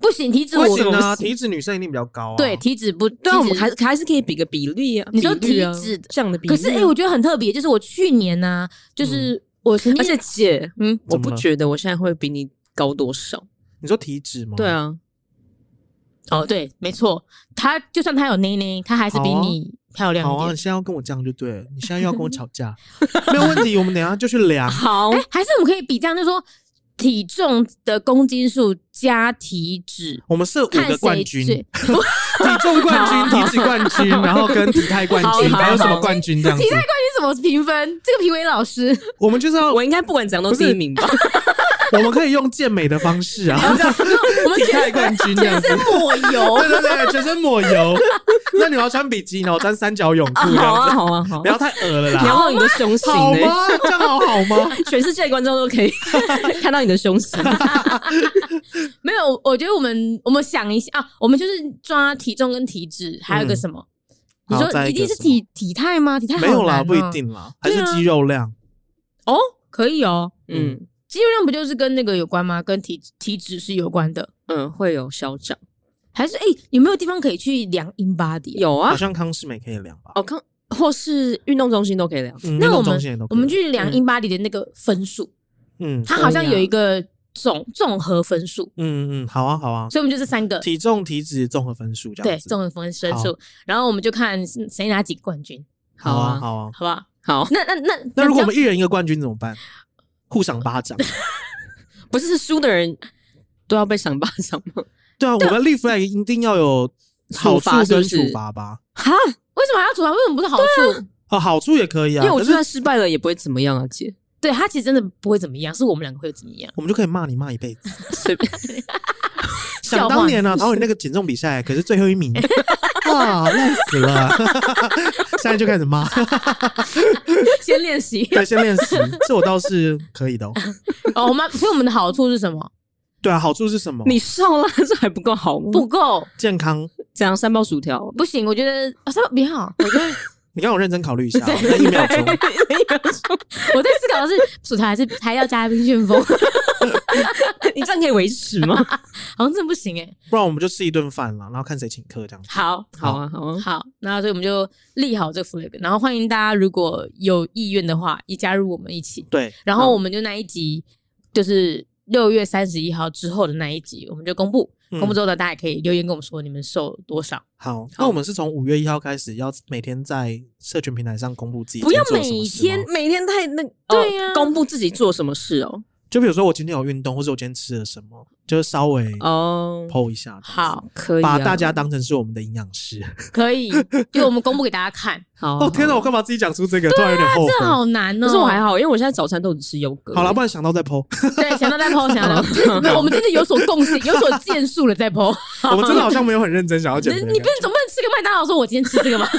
Speaker 1: 不行，体脂
Speaker 2: 不
Speaker 1: 我
Speaker 2: 行啊，
Speaker 1: 我不行
Speaker 2: 体脂女生一定比较高啊。
Speaker 1: 对，体脂不，
Speaker 3: 对啊，我们
Speaker 1: 体脂
Speaker 3: 还还是可以比个比例啊。
Speaker 1: 你说
Speaker 3: 比率啊
Speaker 1: 体脂
Speaker 3: 这样的比
Speaker 1: 可
Speaker 3: 例啊，
Speaker 2: 欸
Speaker 1: 是哎、诶我觉得很特别，就是我去年呢、
Speaker 2: 嗯
Speaker 1: 就是我曾经，
Speaker 3: 而且姐，
Speaker 1: 嗯，
Speaker 3: 我
Speaker 2: 怎么
Speaker 3: 不
Speaker 2: 了
Speaker 3: 觉得我现在会比你高多少。
Speaker 2: 你说体脂吗？
Speaker 3: 对，啊，
Speaker 1: 哦对，没错，他就算他有内内，他还是比
Speaker 2: 好啊
Speaker 1: 你漂亮
Speaker 2: 好
Speaker 1: 一
Speaker 2: 啊，你
Speaker 1: 点。
Speaker 2: 现在要跟我这样就对了，你现在又要跟我吵架，没有问题，我们等一下就去量。
Speaker 3: 啊好
Speaker 1: 哎、还是我们可以比这样，就是说体重的公斤数加体脂，
Speaker 2: 我们设五
Speaker 1: 看
Speaker 2: 个冠
Speaker 1: 谁
Speaker 2: 军，
Speaker 1: 最
Speaker 2: <laughs> 体重冠军、体脂冠军，然后跟体态冠军，
Speaker 3: 好好
Speaker 2: 还有什么
Speaker 3: 好
Speaker 2: 冠军这样子
Speaker 1: 体？态冠军怎么评分？这个评委老师，
Speaker 2: 我们就是要，
Speaker 3: 我应该不管怎样都第一名
Speaker 2: <laughs>
Speaker 3: 吧？
Speaker 2: 我们可以用健美的方式啊，
Speaker 1: 我们
Speaker 2: 体
Speaker 3: <laughs>
Speaker 1: 全
Speaker 2: 态冠军这样
Speaker 1: 全
Speaker 2: 子。
Speaker 1: 身抹油，
Speaker 2: 对对对，全身抹油。那你要穿比基尼，我穿三角泳裤这
Speaker 3: 好
Speaker 2: 样
Speaker 1: 哦
Speaker 3: 啊，
Speaker 2: 子，
Speaker 3: 好啊，好
Speaker 2: 不。要太恶了
Speaker 3: 你要
Speaker 2: 啦，
Speaker 3: 露你的胸型
Speaker 2: 好
Speaker 3: 呢，
Speaker 2: 吗？这样好好吗？
Speaker 3: 全世界的观众都
Speaker 2: <laughs>
Speaker 3: 可以看到你的胸型。
Speaker 1: <laughs> 没有。我觉得我们我们想一下啊，我们就是抓体重跟体脂，还有一个
Speaker 2: 嗯
Speaker 1: 什么？你
Speaker 2: 好
Speaker 1: 说
Speaker 2: 再一
Speaker 1: 一
Speaker 2: 个
Speaker 1: 定是
Speaker 2: 什么
Speaker 1: 体体态吗？体态好
Speaker 2: 没有啦，
Speaker 1: 难
Speaker 2: 不一
Speaker 1: 哦
Speaker 2: 定啦，还
Speaker 1: 对
Speaker 2: 是
Speaker 1: 啊
Speaker 2: 肌肉量。
Speaker 1: 哦，可以哦。
Speaker 3: 嗯
Speaker 1: 肌肉量不就是跟那个有关吗？跟体体脂是有关的，
Speaker 3: 嗯，会有消长，
Speaker 1: 还是哎、有没有地方可以去量 in body？、
Speaker 3: 有
Speaker 2: 好
Speaker 3: 啊。
Speaker 2: 像康师美可以量吧？
Speaker 3: 哦，看或是运动中心都可以聊。
Speaker 2: 嗯，
Speaker 1: 那
Speaker 2: 运
Speaker 1: 我
Speaker 2: 动
Speaker 1: 们
Speaker 2: 中心也都可
Speaker 1: 我
Speaker 2: 以
Speaker 1: 们去量
Speaker 3: 嗯
Speaker 1: in body 的那个分数，
Speaker 2: 嗯
Speaker 1: 它好像
Speaker 3: 可以啊
Speaker 1: 有一个总综合分数，
Speaker 2: 嗯嗯，好啊好啊，
Speaker 1: 所以我们就这三个
Speaker 2: 体重、体脂综合分数这
Speaker 1: 对
Speaker 2: 样子。
Speaker 1: 综合分分
Speaker 2: 好
Speaker 1: 数，然后我们就看是谁拿几个冠军，
Speaker 2: 好啊
Speaker 3: 好啊
Speaker 2: 好啊。
Speaker 1: 好不好？
Speaker 3: 好，
Speaker 1: 那那那
Speaker 2: 那如果我们
Speaker 1: 只
Speaker 2: 一人一个冠军怎么办？互赏
Speaker 1: <laughs>
Speaker 2: 巴掌。
Speaker 3: 不是输的人都要被赏巴掌吗？
Speaker 2: 对啊，我们立 flag 一定要有好处
Speaker 3: 处罚是
Speaker 2: 跟
Speaker 3: 不是
Speaker 2: 处罚吧。
Speaker 3: 哈，
Speaker 1: 要为什么还要主罚？为什么不是好处？
Speaker 2: 哦，好处也可以啊，
Speaker 3: 因为我
Speaker 2: 可
Speaker 3: 就是算失败了也不会怎么样啊，姐。
Speaker 1: 对他其实真的不会怎么样，是我们两个会怎么样？
Speaker 2: 我们就可以骂你骂一辈子。<laughs>
Speaker 3: 随便。
Speaker 2: 想当年呢、啊，然后你那个减重比赛可是最后一名，哇，累死了！现在就开始骂，
Speaker 1: 先练习
Speaker 2: 对，先练习，这我倒是可以的、哦。
Speaker 1: 哦。我们所以我们的好处是什么？
Speaker 2: 对啊，好处是什么？
Speaker 3: 你瘦了，这还不够
Speaker 2: <laughs>
Speaker 3: 好吗？
Speaker 1: 不够，
Speaker 2: 健康。
Speaker 3: 怎样三包薯条？
Speaker 1: 不行，我觉得啊，三比好，我觉得
Speaker 2: 你让我认真考虑一下、哦，那一秒钟。
Speaker 1: 我在思考的是薯条还是还要加冰旋风，
Speaker 3: 你这样可以维持吗？
Speaker 1: 好像真的不行哎、欸。
Speaker 2: 不然我们就吃一顿饭了，然后看谁请客这样子。
Speaker 1: 好
Speaker 3: 好啊，好啊，
Speaker 1: 好，那所以我们就立好这个 flag，然后欢迎大家如果有意愿的话，也加入我们一起。
Speaker 2: 对，
Speaker 1: 然后我们就那一集就是六月三十一号之后的那一集，我们就公布。公布之后呢，大家也可以留言跟我们说你们瘦多少。
Speaker 2: 好，那我们是从五月一号开始，要每天在社群平台上公布自己
Speaker 1: 不要
Speaker 2: 做了什
Speaker 1: 每
Speaker 2: 么事
Speaker 1: 天
Speaker 2: 吗
Speaker 3: 每天太那
Speaker 1: 对呀
Speaker 2: 啊
Speaker 3: 哦公布自己做什么事哦
Speaker 2: 就比如说我今天有运动，或者我今天吃了什么，就是稍微
Speaker 3: 哦，
Speaker 2: 剖一下，
Speaker 1: 好，
Speaker 3: 可以啊
Speaker 2: 把大家当成是我们的营养师。
Speaker 1: 可 <laughs> 以，就我们公布给大家看。
Speaker 3: 好啊
Speaker 2: 哦天哪，我干嘛自己讲出这个？突然有点后
Speaker 1: 这
Speaker 2: 悔。
Speaker 1: 好难哦、
Speaker 3: 可是我还好，因为我现在早餐都只吃优格。
Speaker 2: 好了，不然想到再剖。
Speaker 1: 对，想到再 PO，想到再 <laughs> po 我们真的有所共性，有所建树了再 PO。
Speaker 2: 我们真的好像没有很认真想
Speaker 1: <laughs>
Speaker 2: 要
Speaker 1: 你
Speaker 2: 减肥的感
Speaker 1: 你
Speaker 2: 觉。
Speaker 1: 不能总不能吃个麦当劳说我今天吃这 <laughs> 个吧，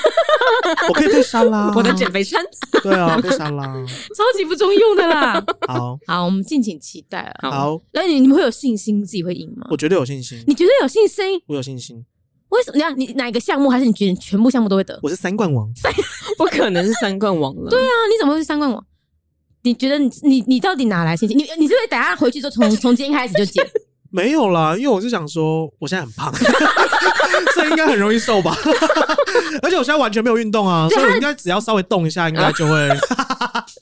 Speaker 2: 我可以配沙拉，
Speaker 3: <laughs> 我的减肥餐。
Speaker 2: 对啊，配沙拉。
Speaker 1: 超级不中用的啦。
Speaker 2: 好
Speaker 1: 好，我们敬请期待了。
Speaker 2: 好，
Speaker 1: 那你你们会有信心自己会赢吗？
Speaker 2: 我绝对有信心
Speaker 1: 你，觉得有信心？
Speaker 2: 我有信心，
Speaker 1: 为什么？你看你哪个项目还是你觉得你全部项目都会得？啊
Speaker 2: 我是三冠王。
Speaker 3: 不可能是三冠王了。 <laughs> 对
Speaker 1: 对啊，你怎么会是三冠王？你觉得你你你到底哪来信心？你你是不是等下回去就从从今天开始就减？
Speaker 2: 没有啦，因为我是想说，我现在很胖， <laughs> 所以应该很容易瘦吧。 <laughs> 而且我现在完全没有运动啊，所以我应该只要稍微动一下，应该就会。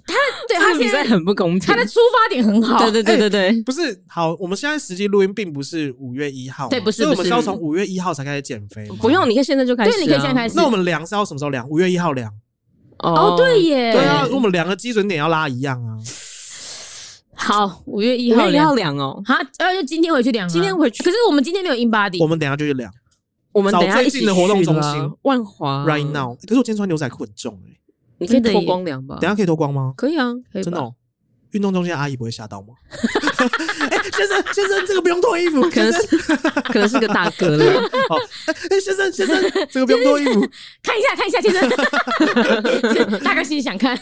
Speaker 1: 对
Speaker 3: 这
Speaker 1: 他
Speaker 3: 个比
Speaker 1: 现
Speaker 3: 赛
Speaker 1: 在
Speaker 3: 很不公平
Speaker 1: 他。的出发点很好，
Speaker 3: <laughs> 对对对对对，
Speaker 2: 不是好，我们现在实际录音并不是五月一号嘛，
Speaker 1: 对不是
Speaker 2: 所以我们
Speaker 1: 不是
Speaker 2: 是要从五月一号才开始减肥。
Speaker 3: 不用，，你可以现在就开始啊。
Speaker 1: 对你可以现在开
Speaker 3: 始。
Speaker 1: 始。
Speaker 2: 那我们量是要什么时候量？五月一号量。
Speaker 1: 哦对，耶，
Speaker 2: 对啊，我们量的基准点要拉一样啊。
Speaker 1: 好，五月一
Speaker 3: 你
Speaker 1: 号
Speaker 3: 可以
Speaker 1: 量
Speaker 3: 要量哦。
Speaker 1: 好，呃，就今天回去量啊，
Speaker 3: 今天回去
Speaker 1: 可是我们今天没有 in body，
Speaker 2: 我们等一下就去量
Speaker 3: 我们等一下
Speaker 2: 找
Speaker 3: 一起
Speaker 2: 最近的活动中心
Speaker 3: 去啦万华
Speaker 2: ，right now。可是我今天穿牛仔裤很重哎，
Speaker 3: 你可以脱光量吧？
Speaker 2: 等一下可以脱光吗？
Speaker 3: 可以啊，
Speaker 1: 可以吧
Speaker 2: 真的哦。运动中心的阿姨不会吓到吗？ <laughs> 哎，先生，先生，这个不用脱衣服。
Speaker 3: 可能是 <laughs> 可能是个大哥了。
Speaker 2: <laughs> 好，哎，先生，先生，这个不用脱衣服。
Speaker 1: 看一下看一下，先生，大概心里想看。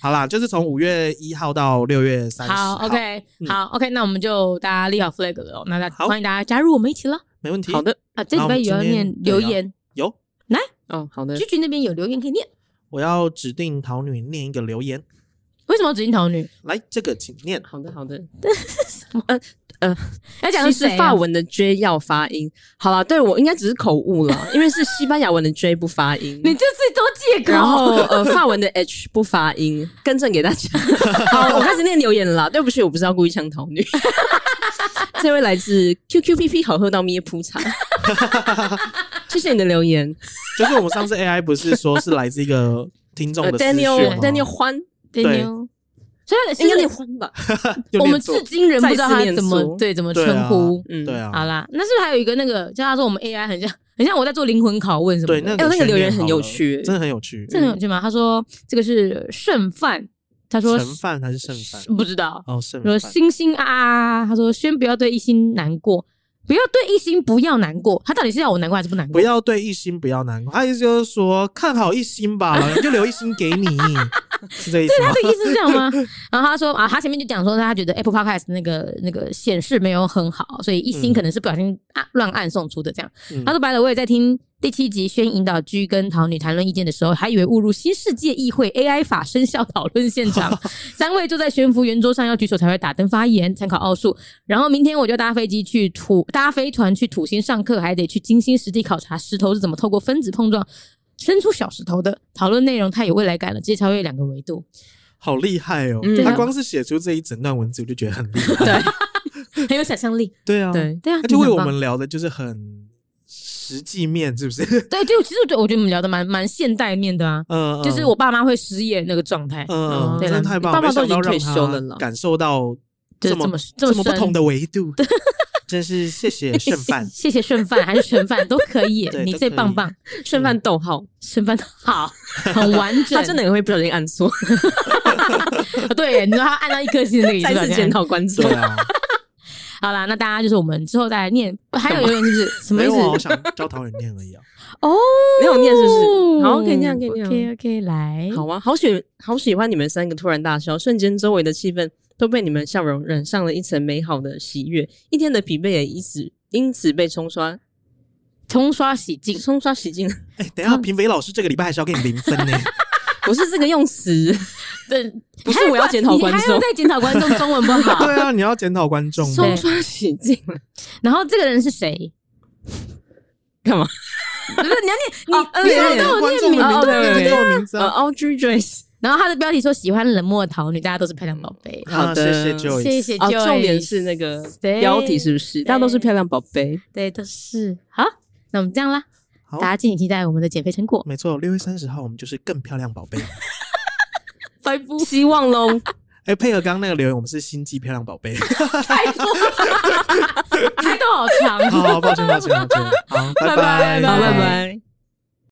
Speaker 2: 好啦，就是从五月一号到六月三十。
Speaker 1: 好，OK，
Speaker 2: 嗯
Speaker 1: 好，OK，那我们就大家立好 flag 了哦，那大
Speaker 2: 好
Speaker 1: 欢迎大家加入我们一起了
Speaker 2: 没问题。
Speaker 3: 好，的，
Speaker 1: 啊。这礼拜也要念留言，
Speaker 2: 有
Speaker 3: 哦，好的
Speaker 1: 菊，菊那边有留言可以念，
Speaker 2: 我要指定桃女念一个留言，
Speaker 1: 为什么要指定桃女？
Speaker 2: 来，这个请念。
Speaker 3: 好的，好的。啊
Speaker 1: 要讲
Speaker 3: 其
Speaker 1: 的
Speaker 3: 实
Speaker 1: 是
Speaker 3: 法，文的 J 要发音。好啦，对我应该只是口误了，因为是西班牙文的 J 不发 <laughs> 音。
Speaker 1: 你这次都借口。
Speaker 3: <laughs> 然后呃，法文的 H 不发音，更正给大家。好，我开始念留言了啦，对不起，我不是要故意呛头女。 <laughs> 这位来自 QQPP 好喝到咩铺茶，谢谢你的留言。
Speaker 2: 就是我们上次 AI 不是说是来自一个听众
Speaker 3: 呃
Speaker 2: 的私讯吗
Speaker 3: ，Daniel Daniel 欢，
Speaker 1: 对
Speaker 2: 对
Speaker 1: 牛，所以
Speaker 3: 应该念
Speaker 1: 是
Speaker 3: 欢吧？
Speaker 2: 又
Speaker 1: 我们
Speaker 2: 念错
Speaker 1: 至今人不知道
Speaker 3: 再
Speaker 1: 他
Speaker 3: 次念
Speaker 1: 怎么
Speaker 3: 错
Speaker 1: 对怎么
Speaker 2: 对啊
Speaker 1: 称呼。
Speaker 3: 嗯，
Speaker 2: 对
Speaker 3: 哎
Speaker 2: 啊，
Speaker 1: 好啦，那是不是还有一个那个叫他说我们 AI 很像很像我在做灵魂拷问什么
Speaker 2: 对
Speaker 1: 的？哎
Speaker 2: 那
Speaker 3: 呦，那个留言
Speaker 2: 先念好
Speaker 3: 很
Speaker 2: 了
Speaker 3: 有趣，
Speaker 2: 真的很有趣。
Speaker 1: 这很有趣吗？他说这个是剩饭，他说
Speaker 2: 盛饭还是剩饭？
Speaker 1: 不知道，
Speaker 2: 哦，剩
Speaker 1: 说
Speaker 2: 饭。
Speaker 1: 星星啊啊，啊他说先不要对一心难过，不要对一心不要难过，他到底是要我难过还是不难
Speaker 2: 不
Speaker 1: 过？
Speaker 2: 要对一心不要难过，他意思就是说看好一心吧，老人就留一心给你，是这意思吗
Speaker 1: 他？的意思是这样吗？ <laughs> 然后他说啊，他前面就讲说他觉得 Apple Podcast 那个那个显示没有很好，所以一心
Speaker 2: 嗯
Speaker 1: 可能是不小心啊乱按送出的这样。
Speaker 2: 嗯
Speaker 1: 他说白了，我也在听第七集轩引导居跟桃女谈论意见的时候，还以为误入新世界议会 AI 法生效讨论现
Speaker 2: <laughs>
Speaker 1: 场，三位坐在悬浮圆桌上要举手才会打灯发言，参考奥数。然后明天我就搭飞机去土搭飞船去土星上课，还得去精心实地考察石头是怎么透过分子碰撞。生出小石头的讨论内容太有未来感了，直接超越两个维度，
Speaker 2: 好厉害哦！
Speaker 3: 嗯
Speaker 2: 他光是写出这一整段文字，我就觉得很厉害。
Speaker 3: 对
Speaker 1: 很有想象力。
Speaker 2: 对啊，
Speaker 3: 对，
Speaker 1: 对啊， <laughs>
Speaker 2: 他就
Speaker 1: 你
Speaker 2: 为
Speaker 1: 很
Speaker 2: 我
Speaker 1: 棒
Speaker 2: 们聊的就是很实际面，是不是？
Speaker 1: 对对，其实对我觉得我们聊的蛮蛮现代面的啊，
Speaker 2: 嗯，嗯
Speaker 1: 就是我爸妈会失业那个状态，哦
Speaker 2: 嗯，嗯
Speaker 1: 对啦啊
Speaker 2: 真的太棒
Speaker 3: 爸
Speaker 2: 了，
Speaker 3: 爸
Speaker 2: 没
Speaker 3: 都
Speaker 2: 想
Speaker 3: 已经
Speaker 2: 到让
Speaker 3: 退休了
Speaker 2: 他
Speaker 3: 啦
Speaker 2: 感受到
Speaker 1: 就是
Speaker 2: 这
Speaker 1: 这
Speaker 2: 么
Speaker 1: 么
Speaker 2: 这么不
Speaker 1: 深。
Speaker 2: 同的维度，真是谢谢剩饭
Speaker 1: 谢谢剩饭还 <laughs> 是剩饭都可以
Speaker 2: 对，
Speaker 1: 你最棒棒，
Speaker 2: 嗯
Speaker 3: 剩饭逗号，
Speaker 2: <laughs>
Speaker 1: 剩饭好，很完整，
Speaker 3: 他真的也会不小心按错。
Speaker 1: 对，你说他按到一颗星
Speaker 2: <laughs>
Speaker 1: 的那个
Speaker 3: 再次检。讨观众
Speaker 2: 对。 <laughs> 啊，
Speaker 1: 好啦，那大家就是我们之后再来念，还有留言是不是？什么
Speaker 2: 没
Speaker 1: 意
Speaker 2: 有啊，我
Speaker 1: 思？
Speaker 2: 想教导人念而已啊。
Speaker 1: 哦，
Speaker 3: 没有念是不是？ <laughs> 好，可以那样，可以那样。
Speaker 1: OK OK，来，
Speaker 3: 好啊，好喜好喜欢你们三个突然大笑，瞬间周围的气氛都被你们笑容染上了一层美好的喜悦，一天的疲惫也因此因此被冲刷
Speaker 1: 冲刷洗净。
Speaker 3: 冲刷洗净。
Speaker 2: <laughs> 哎、等一下，评委老师这个礼拜还是要给你零分呢、
Speaker 3: 不是这个用
Speaker 1: <laughs>
Speaker 3: 词，
Speaker 1: 对，
Speaker 3: 不是我要检讨观
Speaker 1: 你还要
Speaker 3: 众，
Speaker 1: 再检讨观众中文不好。
Speaker 2: <laughs> <laughs> 对啊，你要检讨观众
Speaker 1: 对
Speaker 2: 吗
Speaker 3: 冲？刷洗净
Speaker 1: 然后这个人是谁？
Speaker 3: 干嘛？
Speaker 1: 不是你要
Speaker 3: 哦
Speaker 1: 念你，你
Speaker 3: 对
Speaker 1: 要让我
Speaker 2: 观
Speaker 1: 念
Speaker 2: 众
Speaker 1: 名
Speaker 2: 的名
Speaker 1: 字
Speaker 2: 字，
Speaker 3: 哦对对
Speaker 2: 观
Speaker 3: 对
Speaker 2: 众的名字
Speaker 3: 呃
Speaker 1: <laughs>
Speaker 2: 啊。
Speaker 3: ，Audrey Joyce
Speaker 1: 然后他的标题说喜欢冷漠的桃女，大家都是漂亮宝贝。
Speaker 3: 好的
Speaker 2: 啊谢谢 Joyce。
Speaker 1: 谢谢
Speaker 3: 哦，
Speaker 1: Joyce 哎
Speaker 3: 重点是那个
Speaker 1: 对
Speaker 3: 标题是不是？大家都是漂亮宝贝，
Speaker 1: 对，都是好。那我们这样啦，
Speaker 2: 好
Speaker 1: 大，家敬请期待我们的减肥成
Speaker 3: <laughs>
Speaker 1: 果。
Speaker 2: 没错，六月三十号我们就是更漂亮宝贝。
Speaker 1: 拜拜。
Speaker 3: 希望喽。
Speaker 2: 哎、配合刚刚那个留言，我们是星际漂亮宝贝。 <laughs>
Speaker 1: 太多了，开头好长。
Speaker 3: 啊
Speaker 2: 好，抱歉，抱歉，抱歉。好，
Speaker 1: 拜拜
Speaker 2: 拜拜，
Speaker 3: 好，
Speaker 1: 拜
Speaker 3: 拜拜。